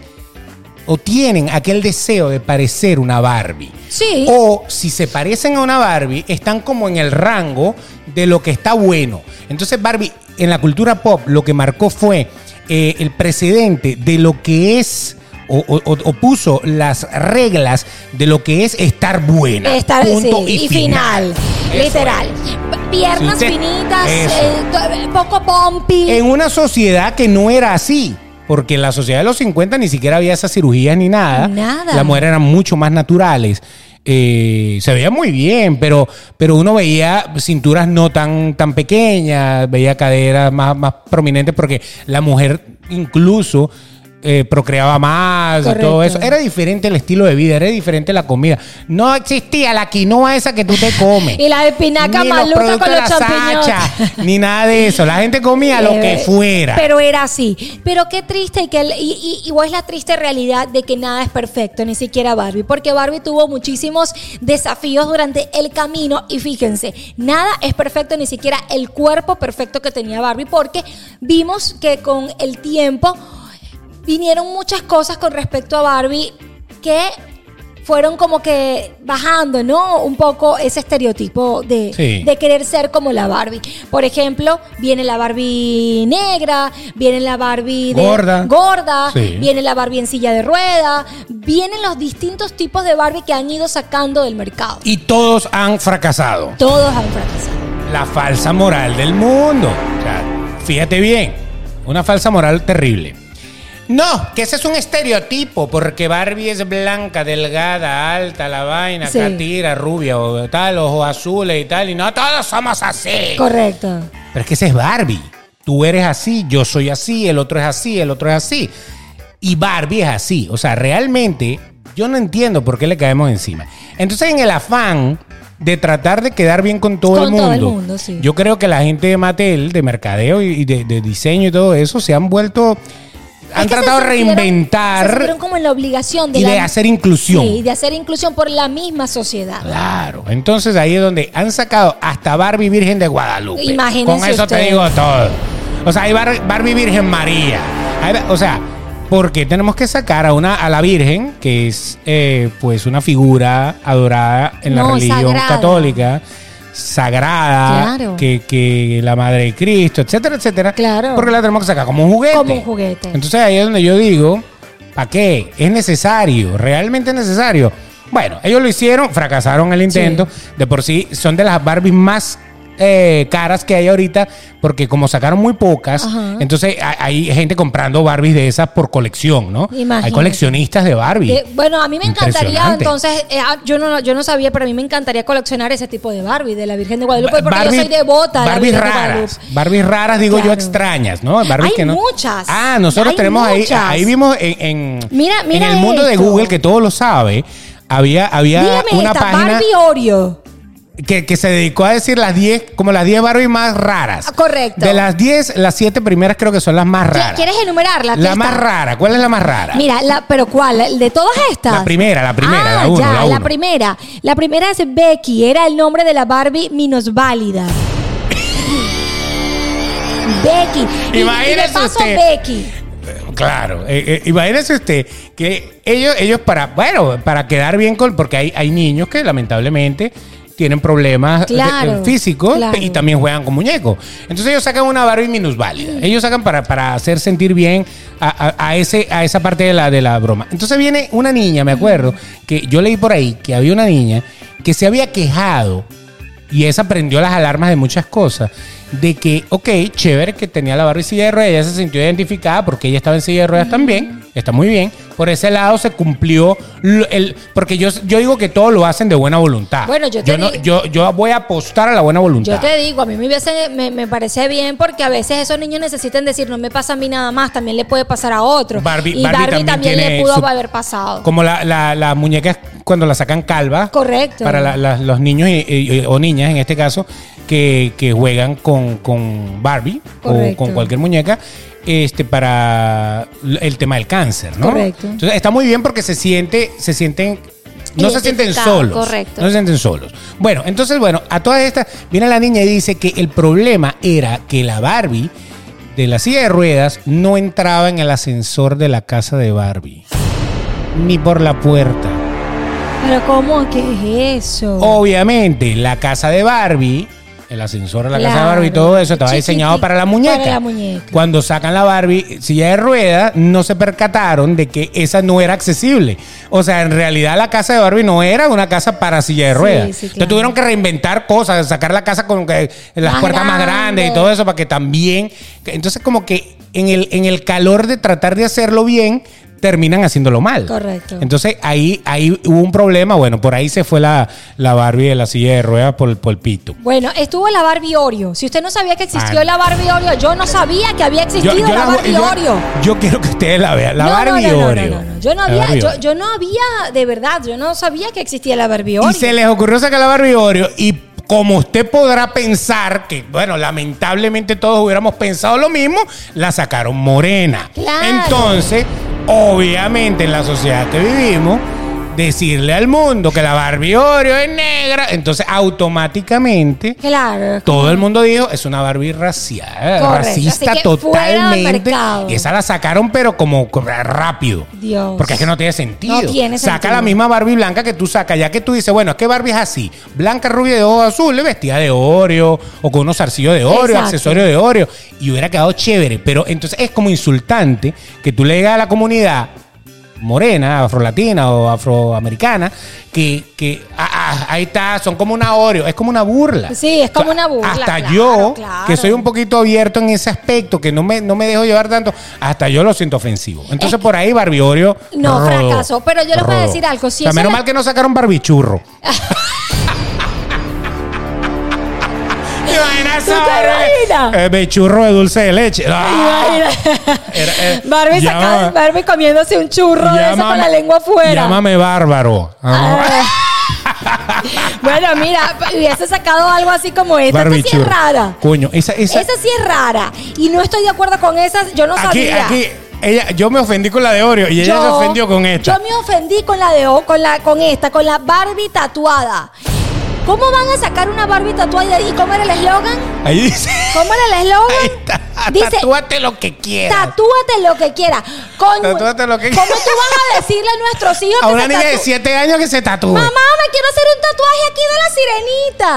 o tienen aquel deseo de parecer una Barbie. Sí. O si se parecen a una Barbie, están como en el rango de lo que está bueno. Entonces Barbie en la cultura pop lo que marcó fue eh, el precedente de lo que es... O, o- o- o puso las reglas de lo que es estar buena. Estar- Punto sí, y, y final. Eso Literal. Piernas Si usted- finitas, Eso. eh, to- poco pompi. en una sociedad que no era así. Porque en la sociedad de los 50 ni siquiera había esas cirugías ni nada. Nada. Las mujeres eran mucho más naturales. Eh, se veía muy bien, pero, pero uno veía cinturas no tan, tan pequeñas, veía caderas más, más prominentes porque la mujer incluso eh, procreaba más y todo Correcto. eso. Era diferente el estilo de vida, era diferente la comida. No existía la quinoa esa que tú te comes. Y la espinaca Ni los maluca con productos de los la champiñones. sacha, ni nada de eso. La gente comía lo que Eh, fuera. Pero era así. Pero qué triste y que el- y, y, y es la triste realidad de que nada es perfecto, ni siquiera Barbie, porque Barbie tuvo muchísimos desafíos durante el camino y fíjense, nada es perfecto, ni siquiera el cuerpo perfecto que tenía Barbie, porque vimos que con el tiempo vinieron muchas cosas con respecto a Barbie que fueron como que bajando, ¿no? Un poco ese estereotipo de, Sí. de querer ser como la Barbie. Por ejemplo, viene la Barbie negra, viene la Barbie de- Gorda. gorda Sí. viene la Barbie en silla de rueda, vienen los distintos tipos de Barbie que han ido sacando del mercado. Y todos han fracasado. Todos han fracasado. La falsa moral del mundo. O sea, fíjate bien. Una falsa moral terrible. No, que ese es un estereotipo, porque Barbie es blanca, delgada, alta, la vaina, Sí. catira, rubia, o tal, ojos azules y tal, y no todos somos así. Correcto. Pero es que ese es Barbie. Tú eres así, yo soy así, el otro es así, el otro es así. Y Barbie es así. O sea, realmente yo no entiendo por qué le caemos encima. Entonces, en el afán de tratar de quedar bien con todo Con el mundo, todo el mundo, sí. yo creo que la gente de Mattel, de mercadeo y y de, de diseño y todo eso, se han vuelto, han Es que se tratado de sintieron- Se reinventar sintieron como en la obligación de y la- de hacer inclusión. Sí, de hacer inclusión por la misma sociedad. Claro, entonces ahí es donde han sacado hasta Barbie Virgen de Guadalupe. Imagínense Con eso ustedes. te digo todo. O sea, hay Bar- Barbie Virgen María. Hay ba- o sea, porque tenemos que sacar a una a la Virgen, que es eh, pues una figura adorada en la No, religión sagrada. católica, sagrada, Claro. que, que la Madre de Cristo, etcétera, etcétera. Claro. Porque la tenemos que sacar como un juguete. Como un juguete. Entonces ahí es donde yo digo, ¿para qué? Es necesario, realmente necesario. Bueno, ellos lo hicieron, fracasaron el intento. De por sí, son de las Barbies más eh, caras que hay ahorita, porque como sacaron muy pocas, Ajá. entonces ha- hay gente comprando Barbies de esas por colección, ¿no? Hay Imagínate. coleccionistas de Barbie. Eh, bueno, a mí me encantaría, Impresionante. entonces, eh, ah, yo no yo no sabía, pero a mí me encantaría coleccionar ese tipo de Barbie, de la Virgen de Guadalupe, Ba- porque yo soy devota. de la Barbies Virgen de raras. Guadalupe. Barbies raras, digo yo, Claro. extrañas, ¿no? Barbies Hay que no- muchas. Ah, nosotros Hay tenemos muchas. ahí. Ahí vimos en, en- Mira, mira en el mundo de esto. Google, que todo lo sabe, había, había Dígame una esta, página Barbie Oreo. que, que se dedicó a decir las 10, como las 10 Barbies más raras. Ah, correcto. De las 10, las 7 primeras creo que son las más ¿Qui- raras. ¿Quieres enumerarla? Aquí La está. más rara. ¿Cuál es la más rara? Mira, la, pero ¿cuál? ¿El ¿De todas estas? La primera, la primera, Ah, la uno, ya, la uno. primera. La primera es Becky, era el nombre de la Barbie minusválida. Becky. Y- Y, Imagínese de paso usted. Becky. Claro, eh, eh, imagínese usted que ellos, ellos para, bueno, para quedar bien con, porque hay, hay niños que lamentablemente tienen problemas de- Claro, físicos claro. y también juegan con muñecos. Entonces ellos sacan una Barbie minusválida. Ellos sacan para, para hacer sentir bien a, a- a ese, a esa parte de la, de la broma. Entonces viene una niña, me acuerdo, que yo leí por ahí que había una niña que se había quejado y esa prendió las alarmas de muchas cosas. De que, ok, chévere que tenía la Barbie en silla de ruedas, ella se sintió identificada porque ella estaba en silla de ruedas también, está muy bien. Por ese lado se cumplió, lo- el, porque yo, yo digo que todo lo hacen de buena voluntad. Bueno, yo te no- di- yo, yo voy a apostar a la buena voluntad. Yo te digo, a mí me, hubiese- me, me parece bien porque a veces esos niños necesitan decir, no me pasa a mí nada más, también le puede pasar a otro. Barbie- Barbie y Barbie, también también, tiene le pudo su- haber pasado. Como las la, las muñecas cuando la sacan calva. Correcto. Para la- la- los niños y- y- o niñas, en este caso, que, que juegan con, con Barbie o Correcto. con cualquier muñeca, este para l- el tema del cáncer, ¿no? Correcto. Entonces está muy bien porque se siente, se sienten. No se sienten Identificado, solos. correcto. No se sienten solos. Bueno, entonces, bueno, a todas estas, viene la niña y dice que el problema era que la Barbie de la silla de ruedas no entraba en el ascensor de la casa de Barbie. Ni por la puerta. Pero ¿cómo que es eso? Oh. Obviamente, la casa de Barbie, el ascensor de la casa de Claro. Barbie y todo eso estaba diseñado Chiquitito, para la muñeca. para la muñeca. Cuando sacan la Barbie silla de ruedas, no se percataron de que esa no era accesible. O sea, en realidad la casa de Barbie no era una casa para silla de Sí, ruedas. sí, Entonces claro. tuvieron que reinventar cosas, sacar la casa con que- las Más puertas más grande. grandes y todo eso para que también. Entonces, como que en el, en el calor de tratar de hacerlo bien, terminan haciéndolo mal. Correcto. Entonces ahí, ahí hubo un problema. Bueno, por ahí se fue la, la Barbie de la silla de ruedas por, el- por el pito. Bueno, estuvo la Barbie Oreo. Si usted no sabía que existió Ah. la Barbie Oreo, yo no sabía que había existido la la- Barbie yo- Oreo. yo quiero que ustedes la vean. La No, no, Barbie no, no, no, Oreo. no, no. Yo no La había, Barbie yo, Oreo. yo no había, de verdad, yo no sabía que existía la Barbie Oreo. Y se les ocurrió sacar la Barbie Oreo y como usted podrá pensar que, bueno, lamentablemente todos hubiéramos pensado lo mismo, la sacaron morena. Claro. Entonces, obviamente en la sociedad que vivimos, decirle al mundo que la Barbie Oreo es negra, entonces automáticamente Claro. todo el mundo dijo, es una Barbie racial, Correcto, racista así que fuera del totalmente. mercado. Y esa la sacaron, pero como como rápido. Dios. Porque es que no tiene sentido. No tiene Saca sentido. la misma Barbie blanca que tú sacas, ya que tú dices, bueno, es que Barbie es así, blanca, rubia de ojos azules, vestida de Oreo, o con unos zarcillos de Oreo, Exacto. accesorios de Oreo, y hubiera quedado chévere. Pero entonces es como insultante que tú le digas a la comunidad morena, afrolatina o afroamericana, que, que ah, ah, ahí está, son como una Oreo, es como una burla. Sí, es como una burla, Hasta claro, yo, claro. que soy un poquito abierto en ese aspecto, que no me, no me dejo llevar tanto, hasta yo lo siento ofensivo. Entonces por ahí Barbie Oreo No, fracasó, pero yo les voy a decir algo, O si sea, eso menos le- mal que no sacaron barbichurro. Imagina ¿Tú esa te Barbie. imaginas? Eh, bichurro de dulce de leche. Ah. Era- era- Barbie, Eh, llama- saca- Barbie comiéndose un churro de eso llámame- con la lengua afuera. Llámame bárbaro. Ah, Ah. bueno, mira, hubiese sacado algo así como esta. Esta sí es barbichurro. rara. Coño, esa, esa, Esa sí es rara. Y no estoy de acuerdo con esas. Yo no aquí, sabía. aquí, ella, yo me ofendí con la de Oreo y ella se ofendió con esta. Yo me ofendí con la de O- con la con esta, con la Barbie tatuada. ¿Cómo van a sacar una Barbie tatuada y cómo era el eslogan? Ahí dice. ¿Cómo era el Ahí eslogan? está. Dice, Tatúate lo que quieras. tatúate lo que quieras. Coño, Tatúate lo que ¿Cómo tú vas a decirle a nuestros hijos A que una se niña de tatú- 7 años que se tatúe. Mamá, me quiero hacer un tatuaje aquí de la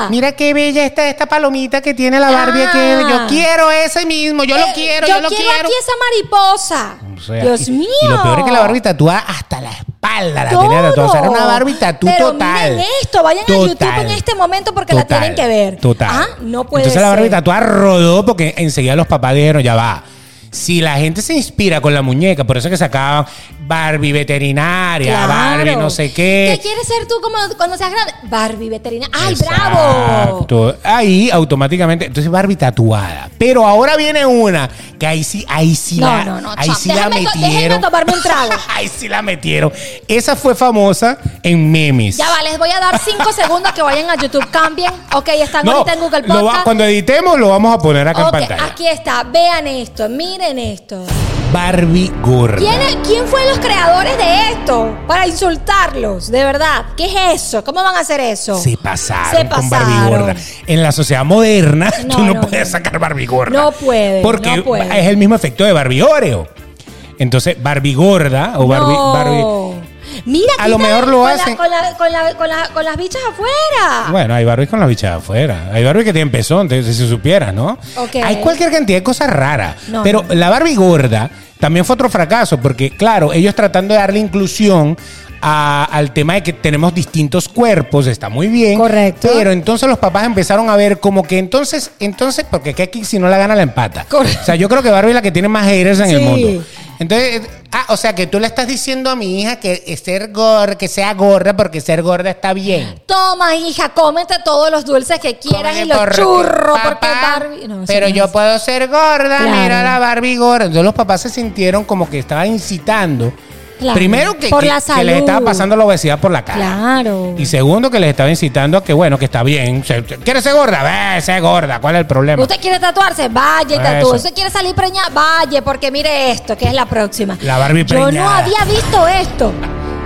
sirenita. Mira qué bella está esta palomita que tiene la Barbie Ah. aquí. Yo quiero ese mismo, yo Eh, lo quiero, yo, lo quiero. aquí esa mariposa. sea, Dios y, mío. y lo peor es que la Barbie tatuada hasta la espalda la tenía tatuada. O sea, era una Barbie tatu Pero total. miren esto, vayan a YouTube en este momento porque la Total. tienen que ver. Total. Ah, no puede Entonces la Barbie ser. tatuada rodó porque enseguida los papás dijeron, ya va. Si la gente se inspira con la muñeca, por eso es que sacaban Barbie veterinaria, Claro. Barbie no sé ¿Qué quieres ser tú como cuando seas grande? Barbie veterinaria. ¡Ay, bravo! Exacto. Ahí automáticamente, entonces Barbie tatuada. Pero ahora viene una que ahí sí, ahí sí No, la, no, no, ahí chao. sí la Déjenme to- déjenme metieron. tomarme un trago. ahí sí la metieron. Esa fue famosa en memes. Ya va, les voy a dar cinco segundos que vayan a YouTube, cambien. Ok, están No, ahorita en Google lo va- Podcast. cuando editemos lo vamos a poner acá Ok, en pantalla. aquí está, vean esto, miren esto. Barbie gorda. ¿Quién, ¿Quién fue los creadores de esto? Para insultarlos, de verdad. ¿Qué es eso? ¿Cómo van a hacer eso? Se pasaron, Se con Barbie pasaron. gorda. En la sociedad moderna, No, tú no, no, puedes no. sacar Barbie gorda. No puede, Porque no puede. es el mismo efecto de Barbie Oreo. Entonces, Barbie gorda o Barbie. No. Barbie- Mira, A lo quita- mejor lo con la- hacen. con, la- con la- con la- con las bichas afuera. Bueno, hay Barbies con la bichada afuera. Hay Barbies que tienen pezón, te- si se supiera, ¿no? Ok. Hay cualquier cantidad de cosas raras. No, pero no. la Barbie gorda también fue otro fracaso, porque, claro, ellos tratando de darle inclusión a- al tema de que tenemos distintos cuerpos, está muy bien. Correcto. Pero entonces los papás empezaron a ver como que entonces, entonces, porque aquí si no la gana la empata. Correcto. O sea, yo creo que Barbie es la que tiene más haters en el Sí. mundo. Entonces, eh, ah, o sea que tú le estás diciendo a mi hija que eh, ser gorda, que sea gorda porque ser gorda está bien. Toma, hija, cómete todos los dulces que quieras Come y los por- churros, Papá, porque Barbie. No, eso pero no yo es. puedo ser gorda, Claro. mira la Barbie gorda. Entonces los papás se sintieron como que estaban incitando. Claro. Primero que, Por que- la que les estaba salud. pasando la obesidad por la cara. Claro. Y segundo que les estaba incitando a que bueno, que está bien. Se- ¿Quieres ser gorda? Ve, sé gorda. ¿Cuál es el problema? ¿Usted quiere tatuarse? Vaya y Eso. tatúe. ¿Usted quiere salir preñada? Vaya, porque mire esto, que es la próxima. La Barbie Yo no preñada. había visto esto.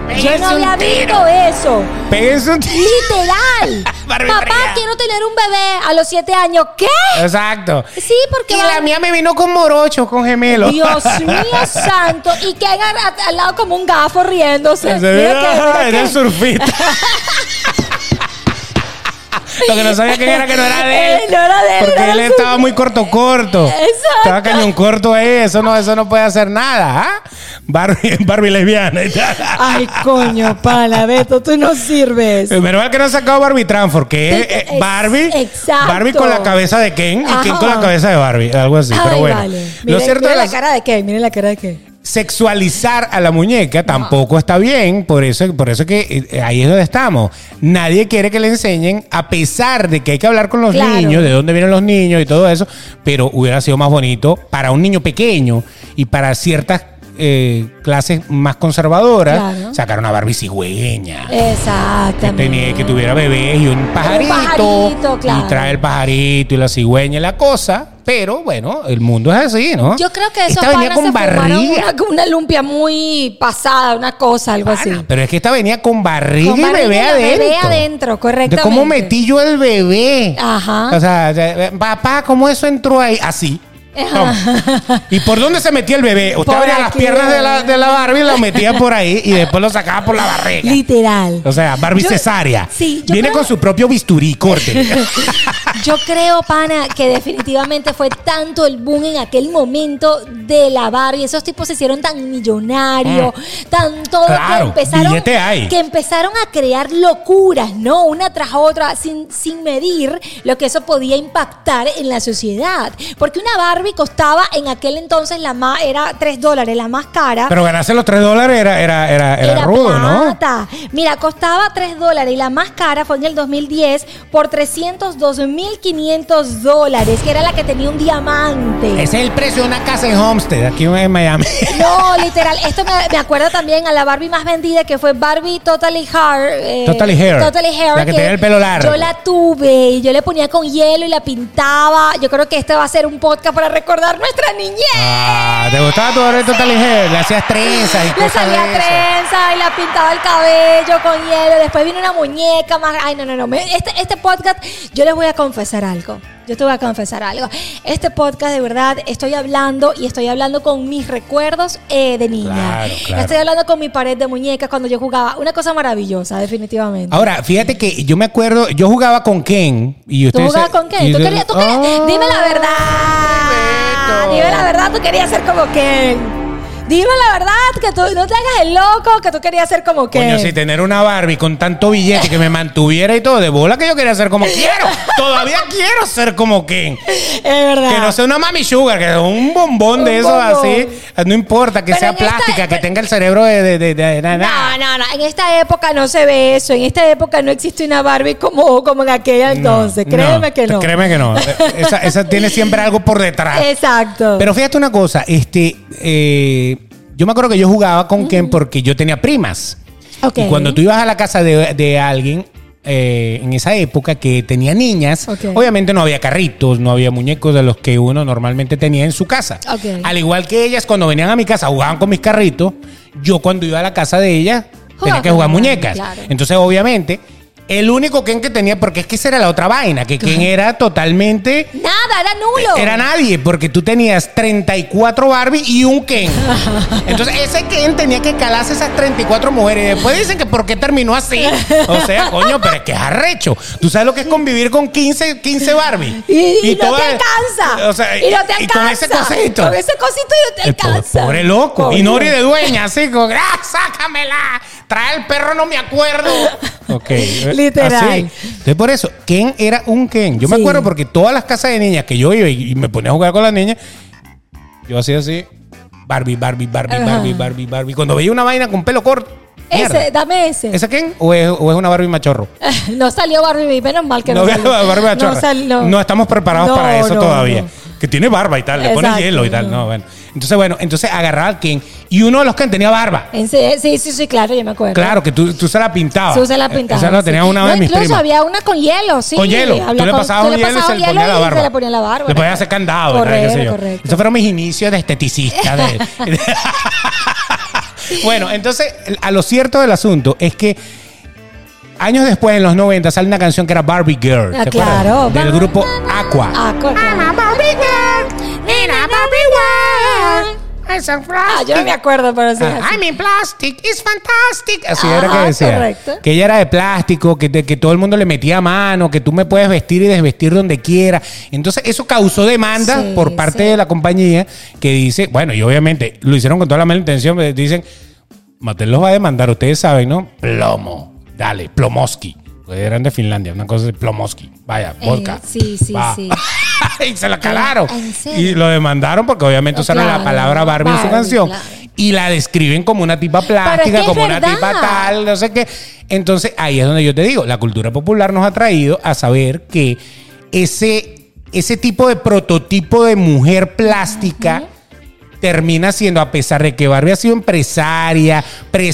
Yo Pégase no un había tiro. visto eso. Péguense un tiro. Literal. Barbie Papá, preñada. quiero tener un bebé a los siete años. ¿Qué? Exacto. Sí, porque Y Barbie- la mía me vino con morocho, con gemelo. Dios mío santo. Y que haga al, al lado como un gafo riéndose. Se Mira ve, que- "Ah, mira era el que- surfista. Lo que no sabía que era que no era de él. Eh, no era de él, Porque era él el estaba muy corto corto. Exacto. Estaba cañón corto ahí. Eso no, eso no puede hacer nada. ¿ah? Barbie, Barbie lesbiana. y tal. Ay, coño, pana, Beto, tú no sirves. Menos mal que no han sacado Barbie Transform, que es eh, Ex- Barbie, exacto. Barbie con la cabeza de Ken y Ajá. Ken con la cabeza de Barbie, algo así. pero Ay, bueno, vale. lo Miren- cierto miren es la cara de qué, miren la cara de qué. sexualizar a la muñeca tampoco está bien, por eso, por eso que eh, ahí es donde estamos. Nadie quiere que le enseñen, a pesar de que hay que hablar con los Claro. niños, de dónde vienen los niños y todo eso, pero hubiera sido más bonito para un niño pequeño y para ciertas eh, clases más conservadoras, Claro. sacar una Barbie cigüeña. Que, Exactamente. tenía, que tuviera bebés y un pajarito, pajarito, claro. y trae el pajarito y la cigüeña y la cosa, pero bueno, el mundo es así, ¿no? Yo creo que esos Esta venía panas con se fumaron barriga. una, una lumpia muy pasada, una cosa, algo así. Pana, Ah, Pero es que esta venía con barriga Con y barriga bebé y bebé adentro. adentro, De ¿Cómo correctamente. metí yo el bebé? Ajá. O sea, de- papá, ¿cómo eso entró ahí? Así. Toma. ¿Y por dónde se metía el bebé? Usted Por abría las aquí, piernas bebé. de la, de la Barbie y la metía por ahí y después lo sacaba por la barriga. Literal. O sea, Barbie Yo- cesárea. Sí, yo Viene creo- con su propio bisturí, corte. Yo creo, pana, que definitivamente fue tanto el boom en aquel momento de la Barbie. Esos tipos se hicieron tan millonarios, tan todo Mm. Claro, que empezaron, billete hay. que empezaron a crear locuras, ¿no? Una tras otra, sin, sin medir lo que eso podía impactar en la sociedad. Porque una Barbie costaba en aquel entonces la más, era 3 dólares, la más cara. Pero ganarse los 3 dólares era, era, era, era rudo, ¿no? plata. Mira, costaba 3 dólares y la más cara fue en el 2010 por 302.500 dólares, que era la que tenía un diamante. Ese es el precio de una casa en Homestead, aquí en Miami. No, literal. Esto me, me acuerda también a la Barbie más vendida que fue Barbie Totally Hair. eh, Totally Hair. Totally Hair, La que tenía el pelo largo. Yo la tuve y yo le ponía con hielo y la pintaba. Yo creo que este va a ser un podcast para recordar nuestra niñez. Ah, ¿te gustaba tu Barbie total ligero? Le hacías trenzas y Le cosas salía de esas. trenza y la pintaba el cabello con hielo. Después vino una muñeca más. Ay, no, no, no. Me- Este, este podcast, yo les voy a confesar algo. Yo te voy a confesar algo. Este podcast, de verdad, estoy hablando y estoy hablando con mis recuerdos eh, de niña. Claro, claro. Estoy hablando con mi pared de muñecas cuando yo jugaba. Una cosa maravillosa, definitivamente. Ahora, fíjate que yo me acuerdo, yo jugaba con Ken y ¿Tú ustedes. jugabas con Ken? y ¿Tú ustedes- querías, tú querías- ¡Oh! Dime la verdad. Beto. Dime la verdad, tú querías ser como Ken. Dime la verdad, que tú no te hagas el loco, que tú querías ser como que. Coño, si tener una Barbie con tanto billete que me mantuviera y todo, de bola que yo quería ser como quiero. Todavía quiero ser como Ken. Es verdad. Que no sea una mami sugar, que sea un bombón de Un esos bombón. así. No importa que Pero sea en esta- plástica, que pero- tenga el cerebro de. de, de- de- na- na. No, no, no. En esta época no se ve eso. En esta época no existe una Barbie como, como en aquella entonces. No, créeme que no. Créeme que no. Eh, Esa, esa tiene siempre algo por detrás. Exacto. Pero fíjate una cosa, este, eh, yo me acuerdo que yo jugaba con Ken porque yo tenía primas. Ok. Y cuando tú ibas a la casa de, de alguien, eh, en esa época que tenía niñas, Ok. obviamente no había carritos, no había muñecos de los que uno normalmente tenía en su casa. Ok. Al igual que ellas, cuando venían a mi casa, jugaban con mis carritos, yo cuando iba a la casa de ellas, tenía Jugaba que jugar con Barbie, muñecas. claro. Entonces, obviamente... El único Ken que tenía, porque es que esa era la otra vaina, que Ken era totalmente Nada, era nulo. era nadie, porque tú tenías 34 Barbie y un Ken. Entonces, ese Ken tenía que calarse esas 34 mujeres. Y después dicen que por qué terminó así. O sea, coño, pero es que es arrecho. Tú sabes lo que es convivir con 15, 15 Barbie. Y, y no todas- te alcanza. o sea, y no te alcanza. y con ese cosito. Con ese cosito y no te El po- alcanza. pobre loco. Pobre. Y Nori de dueña, así como, ¡ah, sácamela! Trae el perro, no me acuerdo. Ok. eh, Literal. Así. Entonces, por eso, Ken era un Ken. Yo me Sí. acuerdo porque todas las casas de niñas que yo iba y y me ponía a jugar con las niñas, yo hacía así: Barbie, Barbie, Barbie, Ajá. Barbie, Barbie, Barbie. Cuando veía una vaina con pelo corto. mierda. Ese, dame ese. ¿Esa Ken o es, o es una Barbie machorro? No salió Barbie, menos mal que no, No, salió. Barbie machorra. No salió. No estamos preparados No, para eso no, todavía. no. Que tiene barba y tal, le pone Exacto, hielo y tal. no. No, bueno. Entonces, bueno, entonces agarraba al Ken. Y uno de los Ken tenía barba. En se- Sí, sí, sí, claro, yo me acuerdo. Claro, que tú, tú se la pintabas. Sí, usted la pintaba. Ah, e-, Esa la tenía sí. una No, de mis incluso primas. había una con hielo, sí. Con hielo. Habla Tú le con- pasabas un hielo y se le pasabas ponía la y barba. se le ponía la barba. Le podías hacer candado. y tal, qué sé Correcto, yo. correcto. Esos fueron mis inicios de esteticista. de- bueno, entonces, a lo cierto del asunto es que años después, en los 90, sale una canción que era Barbie Girl. Ah, ¿te acuerdas? claro. Del grupo Aqua. Ah, correcto. Barbie Girl. Nina Barbie Girl. Ah, yo no me acuerdo, pero sí. Ah, así. I'm in plastic, it's fantastic. Así Ajá, era que decía. correcto. Que ella era de plástico, que, te- que todo el mundo le metía mano, que tú me puedes vestir y desvestir donde quiera. Entonces, eso causó demanda Sí, por parte sí. de la compañía que dice, bueno, y obviamente lo hicieron con toda la mala intención, pero dicen, Mattel los va a demandar, ustedes saben, ¿no? Plomo, dale, Plomoski. Porque eran de Finlandia, una cosa de Plomoski. Vaya, Eh, vodka. sí, sí, Va. sí. y se la calaron. ¿En serio? Y lo demandaron porque obviamente Oh, usaron claro, la palabra Barbie, en su Barbie, canción. claro. Y la describen como una tipa Pero es plástica, que es como una verdad. tipa tal, no sé qué. Entonces, ahí es donde yo te digo, la cultura popular nos ha traído a saber que ese, ese tipo de prototipo de mujer plástica termina siendo, a pesar de que Barbie ha sido empresaria,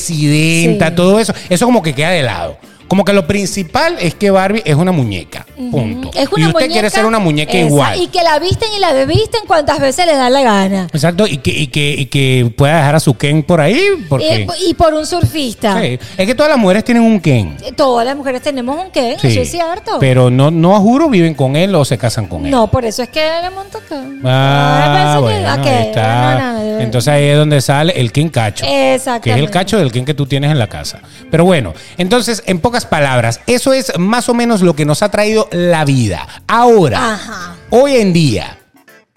presidenta, Sí. todo eso, eso como que queda de lado. Como que lo principal es que Barbie es una muñeca, punto. Mm, Es una y usted muñeca- quiere ser una muñeca Esa, igual. Y que la visten y la bevisten cuantas veces le da la gana. Exacto, y que, y, que, y que pueda dejar a su Ken por ahí, porque... Eh, Y, y por un surfista. Eh, Sí, Es que todas las mujeres tienen un Ken. Todas las mujeres tenemos un qué, Sí, eso es cierto. Pero no, no juro viven con él o se casan con él. No, por eso es que le monto acá. Ah, Ah, parece que- bueno, ok, ahí está. no, no, no, de verdad. Entonces ahí es donde sale el Ken Cacho. Exactamente. Que es el cacho del Ken que tú tienes en la casa. Pero bueno, entonces, en pocas palabras, eso es más o menos lo que nos ha traído la vida. Ahora, Ajá. hoy en día,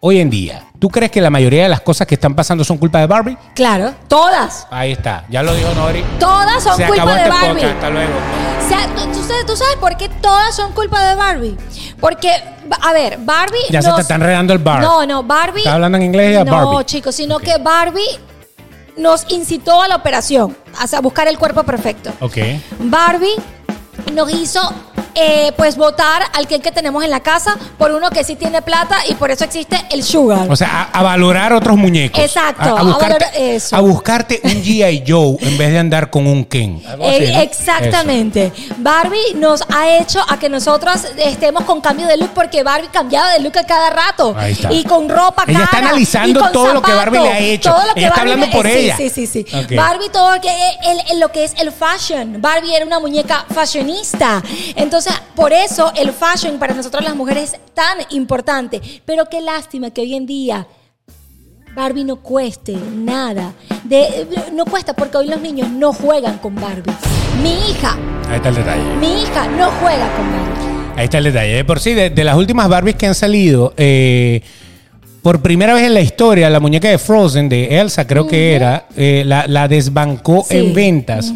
hoy en día, ¿tú crees que la mayoría de las cosas que están pasando son culpa de Barbie? Claro, todas. Ahí está, ya lo dijo Nori. Todas son Se acabó culpa de este Barbie. podcast, hasta luego. O sea, ¿tú, tú sabes- tú sabes por qué todas son culpa de Barbie? Porque, a ver, Barbie. Ya se te está enredando el bar. No, no, Barbie. ¿Estás hablando en inglés ya, No, Barbie? chicos, sino que Barbie nos incitó a la operación, a buscar el cuerpo perfecto. Ok. Barbie nos hizo eh, pues votar al que, que tenemos en la casa por uno que sí tiene plata y por eso existe el sugar. O sea, a, a valorar otros muñecos. Exacto, A, a a buscarte, valorar eso. a buscarte un G.I. Joe en vez de andar con un Ken. Algo así, Eh, ¿no? Exactamente. Barbie nos ha hecho a que nosotros estemos con cambio de look porque Barbie cambiaba de look a cada rato. Ahí está. Y con ropa Ella está cara, analizando y con todo lo que Barbie le ha hecho. todo lo que Ella está Barbie hablando le- por eh, ella. Sí, sí, sí. sí. Ok. Barbie todo lo que, el- el- lo que es el fashion. Barbie era una muñeca fashionista. Entonces, por eso el fashion para nosotros las mujeres es tan importante. Pero qué lástima que hoy en día... Barbie no cueste nada. De, no cuesta porque hoy los niños no juegan con Barbie. Mi hija, Eso. Ahí está el detalle. mi hija no juega con Barbie. Ahí está el detalle. De por sí, de, de las últimas Barbies que han salido, eh, Por primera vez en la historia, la muñeca de Frozen, de Elsa creo que era, eh, la, la desbancó Sí. en ventas.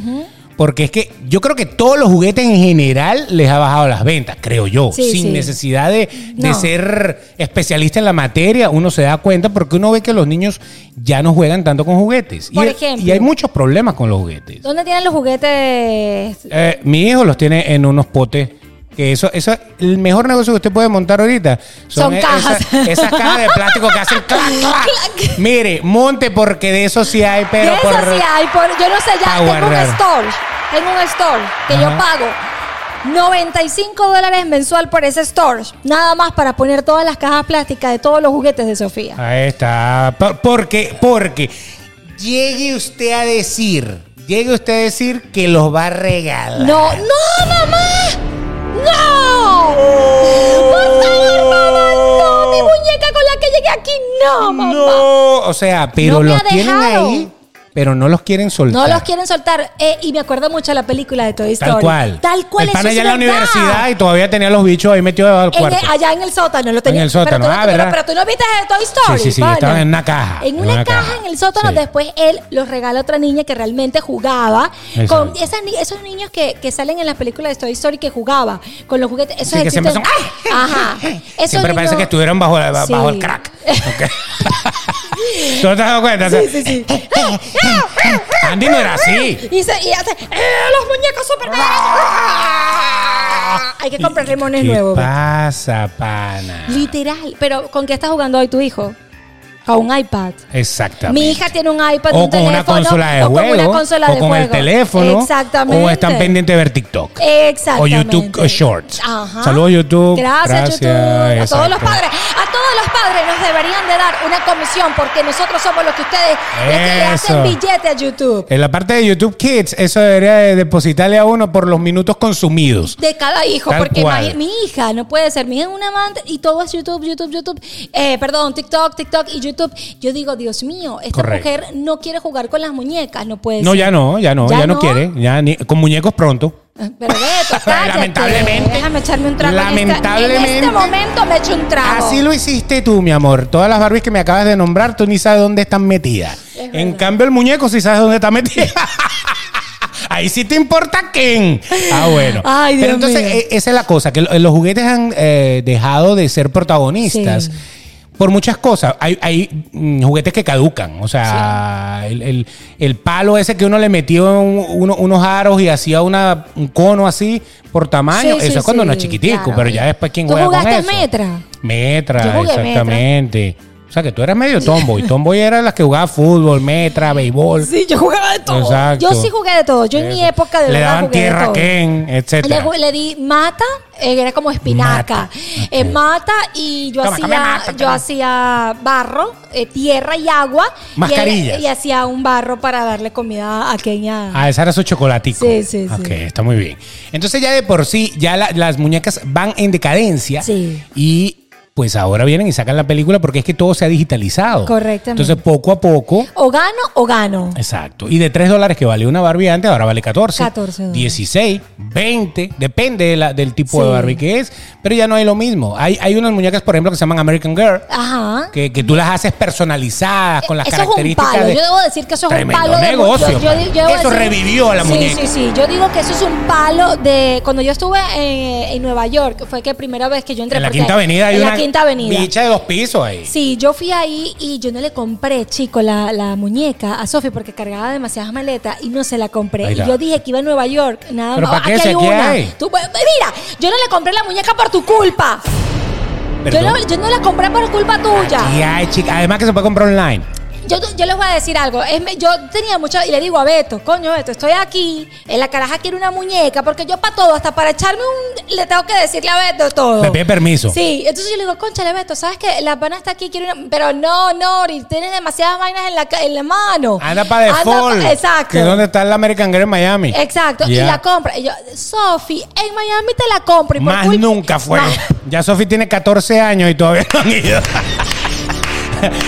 Porque es que yo creo que todos los juguetes en general les ha bajado las ventas, creo yo. Sí, sin sí. necesidad de, de No. ser especialista en la materia, uno se da cuenta porque uno ve que los niños ya no juegan tanto con juguetes. Por y, ejemplo. y hay muchos problemas con los juguetes. ¿Dónde tienen los juguetes? Eh, mi hijo los tiene en unos potes. Que eso, eso, el mejor negocio que usted puede montar ahorita Son e- cajas. Esas, esas cajas de plástico que hacen clac, clac. Mire, monte porque de eso sí hay, pero de eso por. sí hay. por- yo no sé, ya Pa' tengo un guardar. store. Tengo un store que yo Ajá. pago. 95 dólares mensual por ese store. Nada más para poner todas las cajas plásticas de todos los juguetes de Sofía. Ahí está. Por- Porque, porque llegue usted a decir, llegue usted a decir que los va a regalar. No, no, mamá. No. Por favor, mamá, no. Mi muñeca con la que llegué aquí, no, mamá. No, No, o sea, pero No me los ha tienen dejado. ahí, pero no los quieren soltar. los quieren soltar. Eh, y me acuerdo mucho de la película de Toy Story. Tal cual. Tal cual. El eso pana es ya en la verdad. universidad y todavía tenía los bichos ahí metidos debajo del En el- cuarto. allá en el sótano lo tenía. En el sótano, pero tú, no- ah, pero- ¿verdad? Pero, tú no viste de Toy Story. Sí, sí, sí, coño. estaban en una caja, En una, caja, en el sótano. sí. Después él los regala a otra niña que realmente jugaba Exacto. con esas ni- esos niños que, que salen en las películas de Toy Story que jugaba con los juguetes. Esos Sí, que siempre existen- son- "Ah, eh, Ajá. Esos Siempre parece niños- que estuvieron bajo, la- Sí. bajo el crack. Ok. ¿Tú no te has dado cuenta? O sea, Sí, sí, sí. Andy no era "Eh, así. Ah. Y, se- y hace, "Eh, los muñecos super Hay que comprar limones ¿Qué nuevos. pasa, pana? Literal. Pero ¿con qué está jugando hoy tu hijo? Con un iPad. Exactamente. Mi hija tiene un iPad, o un con teléfono, una consola de o juego. con una consola o de con el juego. teléfono. Exactamente. Eh, O están pendientes de ver TikTok. O Exactamente. YouTube Shorts. Ajá. Saludos, YouTube. Gracias, YouTube. A todos los Exacto. padres. A todos los padres nos deberían de dar una comisión porque nosotros somos los que ustedes le- le hacen Eso. billete a YouTube. En la parte de YouTube Kids, eso debería de depositarle a uno por los minutos consumidos. De cada hijo, Tal porque cual. imagi- mi hija no puede ser, mi hija es una amante y todo es YouTube, YouTube, YouTube, eh, perdón, TikTok, TikTok y YouTube. Yo digo, Dios mío, esta Correcto. mujer no quiere jugar con las muñecas, no puede No, ser. ya no, ya no, ¿Ya ya, no, no? quiere. Ya ni- con muñecos pronto. Pero Beto, cállate. Lamentablemente. Déjame echarme un trago. en esta- Lamentablemente. En este, momento me echo un trago. Así lo hiciste tú, mi amor. Todas las Barbies que me acabas de nombrar, tú ni sabes dónde están metidas. Es en verdad. cambio, el muñeco sí sabes dónde está metido. Ahí sí te importa quién. Ah, bueno. Ay, Dios Pero entonces, mío. eh, esa es la cosa, que lo- los juguetes han eh, dejado de ser protagonistas. Sí. Por muchas cosas. Hay, hay, mm, juguetes que caducan. O sea, el, el- el palo ese que uno le metió un- uno- unos aros y hacía una, un cono así por tamaño. Sí, sí, eso es cuando sí, uno es chiquitico, claro. pero ya después quién ¿Tú juega con jugaste eso. Metra? Metra, Yo jugué exactamente. O sea, que tú eras medio tomboy. Tomboy era la que jugaba fútbol, metra, béisbol. Sí, yo jugaba de todo. Exacto. Yo sí jugué de todo. Yo en mi época de Le verdad daban jugué de tierra a todo. Ken, Le, etcétera. ju- le di mata, eh, era como espinaca. Mata. Eh, mata y yo Toma, hacía come mata, yo toma. hacía barro, eh, tierra y agua. Y Mascarillas. él- Y, hacía un barro para darle comida a Kenia. Ah, esa era su chocolatico. Sí, sí, sí. Ok, está muy bien. Entonces ya de por sí, ya la- las muñecas van en decadencia. Sí. Y pues ahora vienen y sacan la película porque es que todo se ha digitalizado. Correctamente. Entonces poco a poco... O gano o gano. Exacto. Y de 3 dólares que valía una Barbie antes, ahora vale 14. 14 dólares. 16, 20, depende de la- del tipo Sí. de Barbie que es. Pero ya no hay lo mismo. Hay, hay unas muñecas, por ejemplo, que se llaman American Girl, Ajá. que, que tú las haces personalizadas con las eso es un características. palo. de- Yo debo decir que eso es un Tremendo palo de negocio, yo- yo- mano. yo debo Eso revivió a la sí, muñeca. Sí, sí, Yo digo que eso es un palo de. Cuando yo estuve eh, en, Nueva York, fue que primera vez que yo entré. En la porque- Quinta Avenida hay en una la Quinta Avenida. bicha de dos pisos ahí. Sí, yo fui ahí y yo no le compré, chico, la, la muñeca a Sofi porque cargaba demasiadas maletas y no se la compré. Ahí Y está. yo dije que iba a Nueva York, nada ¿Pero más. para qué? Si hay aquí una. hay. Tú- mira, yo no le compré la muñeca por tu culpa. Yo Perdón. no, yo no la compré por culpa tuya. Y hay chica- Además que se puede comprar online. Yo, yo les voy a decir algo. Es me- yo tenía mucho. Y le digo a Beto, coño, Beto, estoy aquí. En la caraja quiero una muñeca. Porque yo, para todo, hasta para echarme un. Le tengo que decirle a Beto todo. Le pide permiso. Oh. Sí. Entonces yo le digo, conchale, Beto, ¿sabes qué? La pana está aquí, quiero una. Pero no, Nori, tienes demasiadas vainas en la, ca- en la mano. Anda para default. pa- Exacto. Que es donde está el American Girl en Miami. Exacto, y Ya. la compra. Y yo, Sofi, en Miami te la compro. Y por Más culpa- nunca fue. Más- Ya Sofi tiene 14 años y todavía no han ido.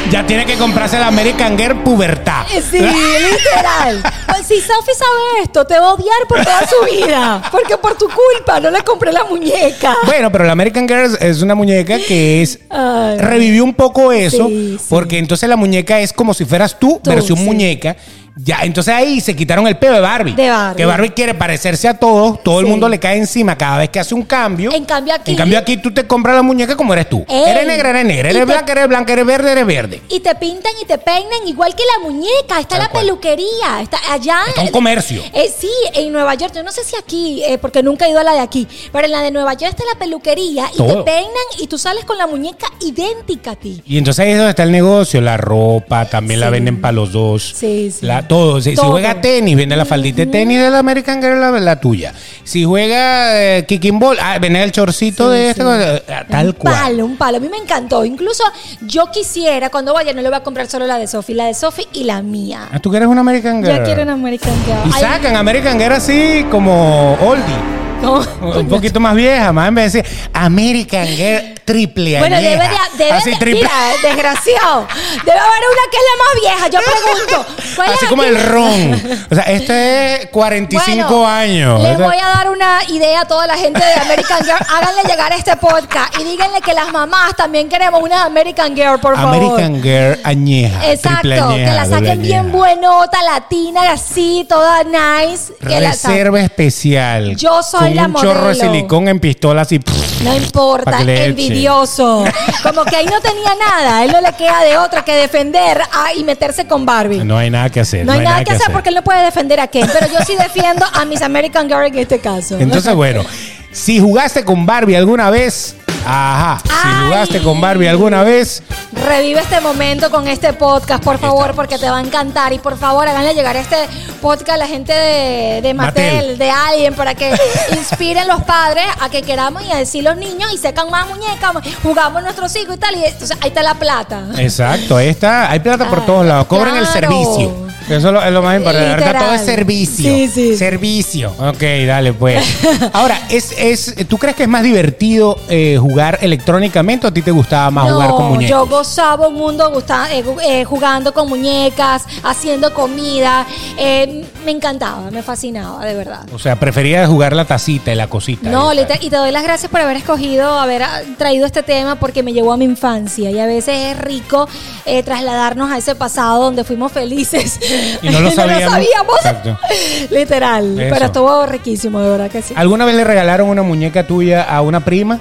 ya tiene que comprarse la American Girl pubertad. Eh, Sí, literal. Pues si Sophie sabe esto, te va a odiar por toda su vida. Porque por tu culpa no le compré la muñeca. Bueno, pero la American Girl es una muñeca que es Ay. revivió un poco eso, Sí, sí. porque entonces la muñeca es como si fueras tú, Tú, versión sí. muñeca. Ya, entonces ahí se quitaron el peo de Barbie. De Barbie. Que Barbie quiere parecerse a todos, todo el Sí. mundo le cae encima cada vez que hace un cambio. En cambio aquí- en cambio aquí tú te compras la muñeca como eres tú. Ey. Eres negra, eres negra, Y eres te- blanca, eres blanca, eres verde, eres verde. Y te pintan y te peinan igual que la muñeca. Está Tal la cual. peluquería. Está allá. Está un comercio. Eh, sí, en Nueva York. Yo no sé si aquí, eh, porque nunca he ido a la de aquí. Pero en la de Nueva York está la peluquería y Todo. te peinan y tú sales con la muñeca idéntica a ti. Y entonces ahí es donde está el negocio, la ropa, también la Sí. venden para los dos. Sí, sí. La, todo. Si, si Todo. juega tenis, vende la faldita de tenis de la American Girl, la, la tuya. Si juega eh, kicking ball, ah, vende el chorcito Sí, de este, sí. eh, tal un cual. palo, un palo. A mí me encantó. Incluso yo quisiera, cuando vaya, no le voy a comprar solo la de Sophie, la de Sophie y la mía. Ah, ¿Tú quieres una American Girl? Ya quiero una American Girl. Y Ay, sacan American Girl así como oldie. no. Un poquito más vieja, más en vez de decir American Girl triple Bueno, debe de, añeja. debe Así de- triple- mira, desgraciado. Debe haber una que es la más vieja, yo pregunto. ¿Cuál es Así como aquí? el ron. O sea, este es 45 Bueno, años. Les O sea, voy a dar una idea a toda la gente de American Girl. Háganle llegar este podcast y díganle que las mamás también queremos una American Girl, por favor. American Girl añeja. Exacto, triple añeja, que la doble saquen bien añeja. buenota, latina, así, toda nice. Que la sa- Reserva especial. Yo soy con la un chorro de modelo. silicón en pistola así. No importa, Pa' que le echen. envidioso. Como que ahí no tenía nada, él no le queda de otra que defender a- y meterse con Barbie. No hay nada que hacer. Ah, No hay nada que hacer porque él no puede defender a Ken, pero yo sí defiendo a mis American Girl en este caso. Entonces, bueno, si jugaste con Barbie alguna vez, ajá. Si Ay. jugaste con Barbie alguna vez, Revive este momento con este podcast, por favor, porque te va a encantar. Y por favor, háganle llegar este podcast a la gente de, de Mattel, Mattel. de alguien, para que inspiren los padres a que queramos y a decir los niños y secan más muñecas, jugamos nuestros hijos y tal. Y entonces ahí está la plata. exacto, ahí está. Hay plata por Ah, todos lados. Cobren el claro. servicio. Eso es lo, es lo más importante. Ahorita Literal. todo es servicio. Sí, sí. Servicio. Ok, dale, pues. Ahora, es, es, ¿tú crees que es más divertido eh, jugar electrónicamente o a ti te gustaba más jugar con muñecos? Yo gozaba un mundo gusta- eh, gu- eh, jugando con muñecas, haciendo comida. Eh, me encantaba, me fascinaba, de verdad. O sea, prefería jugar la tacita y la cosita. No, Ahí está. literal, y te doy las gracias por haber escogido, haber ah, traído este tema porque me llevó a mi infancia y a veces es rico eh, trasladarnos a ese pasado donde fuimos felices pues. Y no lo sabíamos. sabíamos. Exacto. Literal, Eso. Ah. pero estuvo riquísimo, de verdad que sí. ¿Alguna vez le regalaron una muñeca tuya a una prima?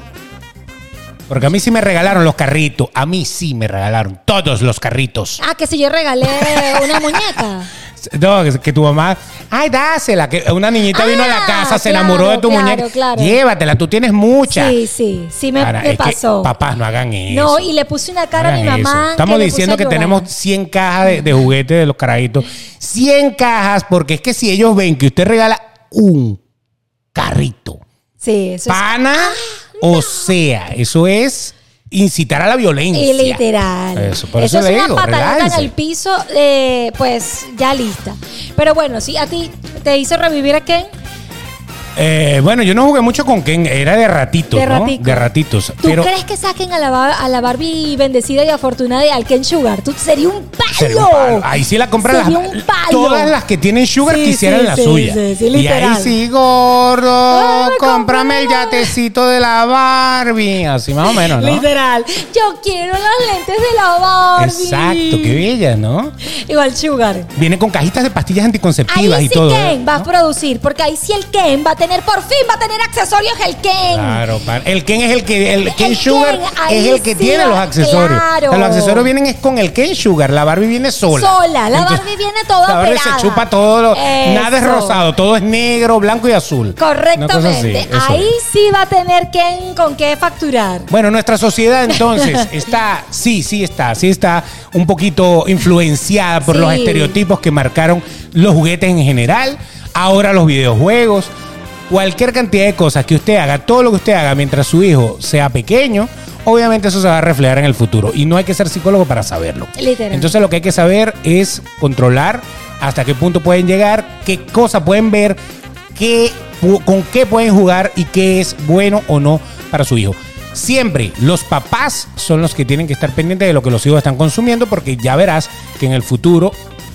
Porque a mí sí me regalaron los carritos. A mí sí me regalaron todos los carritos. Ah, que si yo regalé una muñeca. No, que- que tu mamá. Ay, dásela. Que una niñita Ah, vino a la casa, se claro, enamoró de tu claro, muñeca. claro. Llévatela, tú tienes mucha. Sí, sí, sí me, Ahora, me es que, pasó. papás, no hagan eso. No, y le puse una cara a mi Hagan eso. mamá. Estamos le puse diciendo a que llorar. tenemos 100 cajas de, de juguetes de los carajitos. 100 cajas, porque es que si ellos ven que usted regala un carrito, Sí, eso es- pana, ¡ah, o sea, eso es incitar a la violencia. Y literal. Eso, por eso le es digo, una patadita relájense. en el piso, eh, pues ya lista. Pero bueno, sí, a ti te hizo revivir a Ken. Eh, bueno, yo no jugué mucho con Ken, era de ratitos, De ¿no? ratico. De ratitos. ¿Tú Pero crees que saquen a la, ba- a la Barbie bendecida y afortunada de al Ken Sugar? Tú sería un palo. sería un palo. Ahí sí la compran las, Sería un palo. todas las que tienen sugar Sí, quisieran sí, la sí, suya. sí, sí, y ahí literal. sí, gordo, Ah, cómprame el cómprame. yatecito de la Barbie, así más o menos, ¿no? Literal. Yo quiero los lentes de la Barbie. Exacto, qué bella, ¿no? Igual Sugar. Viene con cajitas de pastillas anticonceptivas Ahí y sí todo. ¿eh? Ken va a producir, porque ahí sí el Ken va a tener, por fin va a tener accesorios el Ken. Claro, par- el Ken es el que el Ken Ken, Sugar es ahí el que sí tiene va- los accesorios. claro. O sea, los accesorios vienen es con el Ken Sugar, la Barbie viene sola. Sola, la Entonces, Barbie viene toda La Barbie operada. se chupa todo, lo- nada es Eso. rosado, todo es negro, blanco y azul. Una cosa así, Correctamente. eso Ahí es. sí va a tener Ken con qué facturar. Bueno, nuestra sociedad entonces está, sí, sí está, sí está un poquito influenciada por Sí. los estereotipos que marcaron los juguetes en general, ahora los videojuegos, cualquier cantidad de cosas que usted haga, todo lo que usted haga mientras su hijo sea pequeño, obviamente eso se va a reflejar en el futuro y no hay que ser psicólogo para saberlo. Literal. Entonces lo que hay que saber es controlar hasta qué punto pueden llegar, qué cosa pueden ver, qué, pu- con qué pueden jugar y qué es bueno o no para su hijo. Siempre los papás son los que tienen que estar pendientes de lo que los hijos están consumiendo porque ya verás que en el futuro,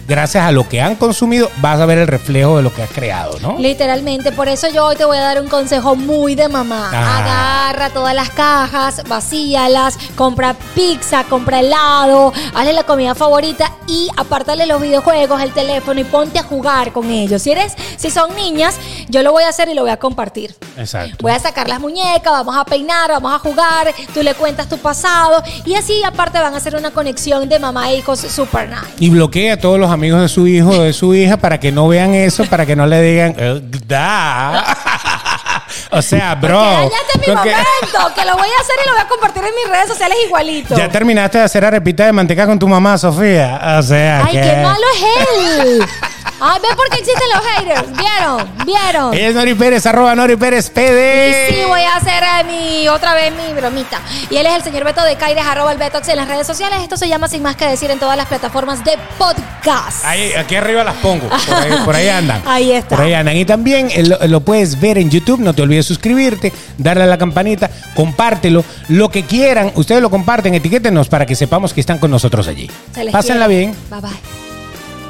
gracias a lo que han consumido, vas a ver el reflejo de lo que has creado, ¿no? Literalmente, por eso yo hoy te voy a dar un consejo muy de mamá. Ah. Agarra todas las cajas, vacíalas, compra pizza, compra helado, hazle la comida favorita y apártale los videojuegos, el teléfono y ponte a jugar con ellos. Si eres, si son niñas, yo lo voy a hacer y lo voy a compartir. Exacto. Voy a sacar las muñecas, vamos a peinar, vamos a jugar, tú le cuentas tu pasado y así aparte van a hacer una conexión de mamá e hijos super nice. Y bloquea a todos los amigos de su hijo o de su hija para que no vean eso, para que no le digan, "Eh, da". O sea, bro. Cállate mi porque- momento, que lo voy a hacer y lo voy a compartir en mis redes sociales igualito. Ya terminaste de hacer arepita de manteca con tu mamá, Sofía. O sea, Ay, que... qué malo es él. Ay, ve por qué existen los haters. ¿Vieron? ¿Vieron? Ella es Nori Pérez, arroba Nori Pérez PD. Y sí, voy a hacer eh, mi, otra vez mi bromita. Y él es el señor Beto de Caires, arroba el Betox en las redes sociales. Esto se llama Sin Más Que Decir en todas las plataformas de podcast. Ahí, aquí arriba las pongo. Por ahí, por ahí andan. Ahí está. Por ahí andan. Y también eh, lo, lo puedes ver en YouTube. No te olvides suscribirte, darle a la campanita, compártelo. Lo que quieran, ustedes lo comparten, etiquétenos para que sepamos que están con nosotros allí. Se les Pásenla quiere. bien. Bye, bye.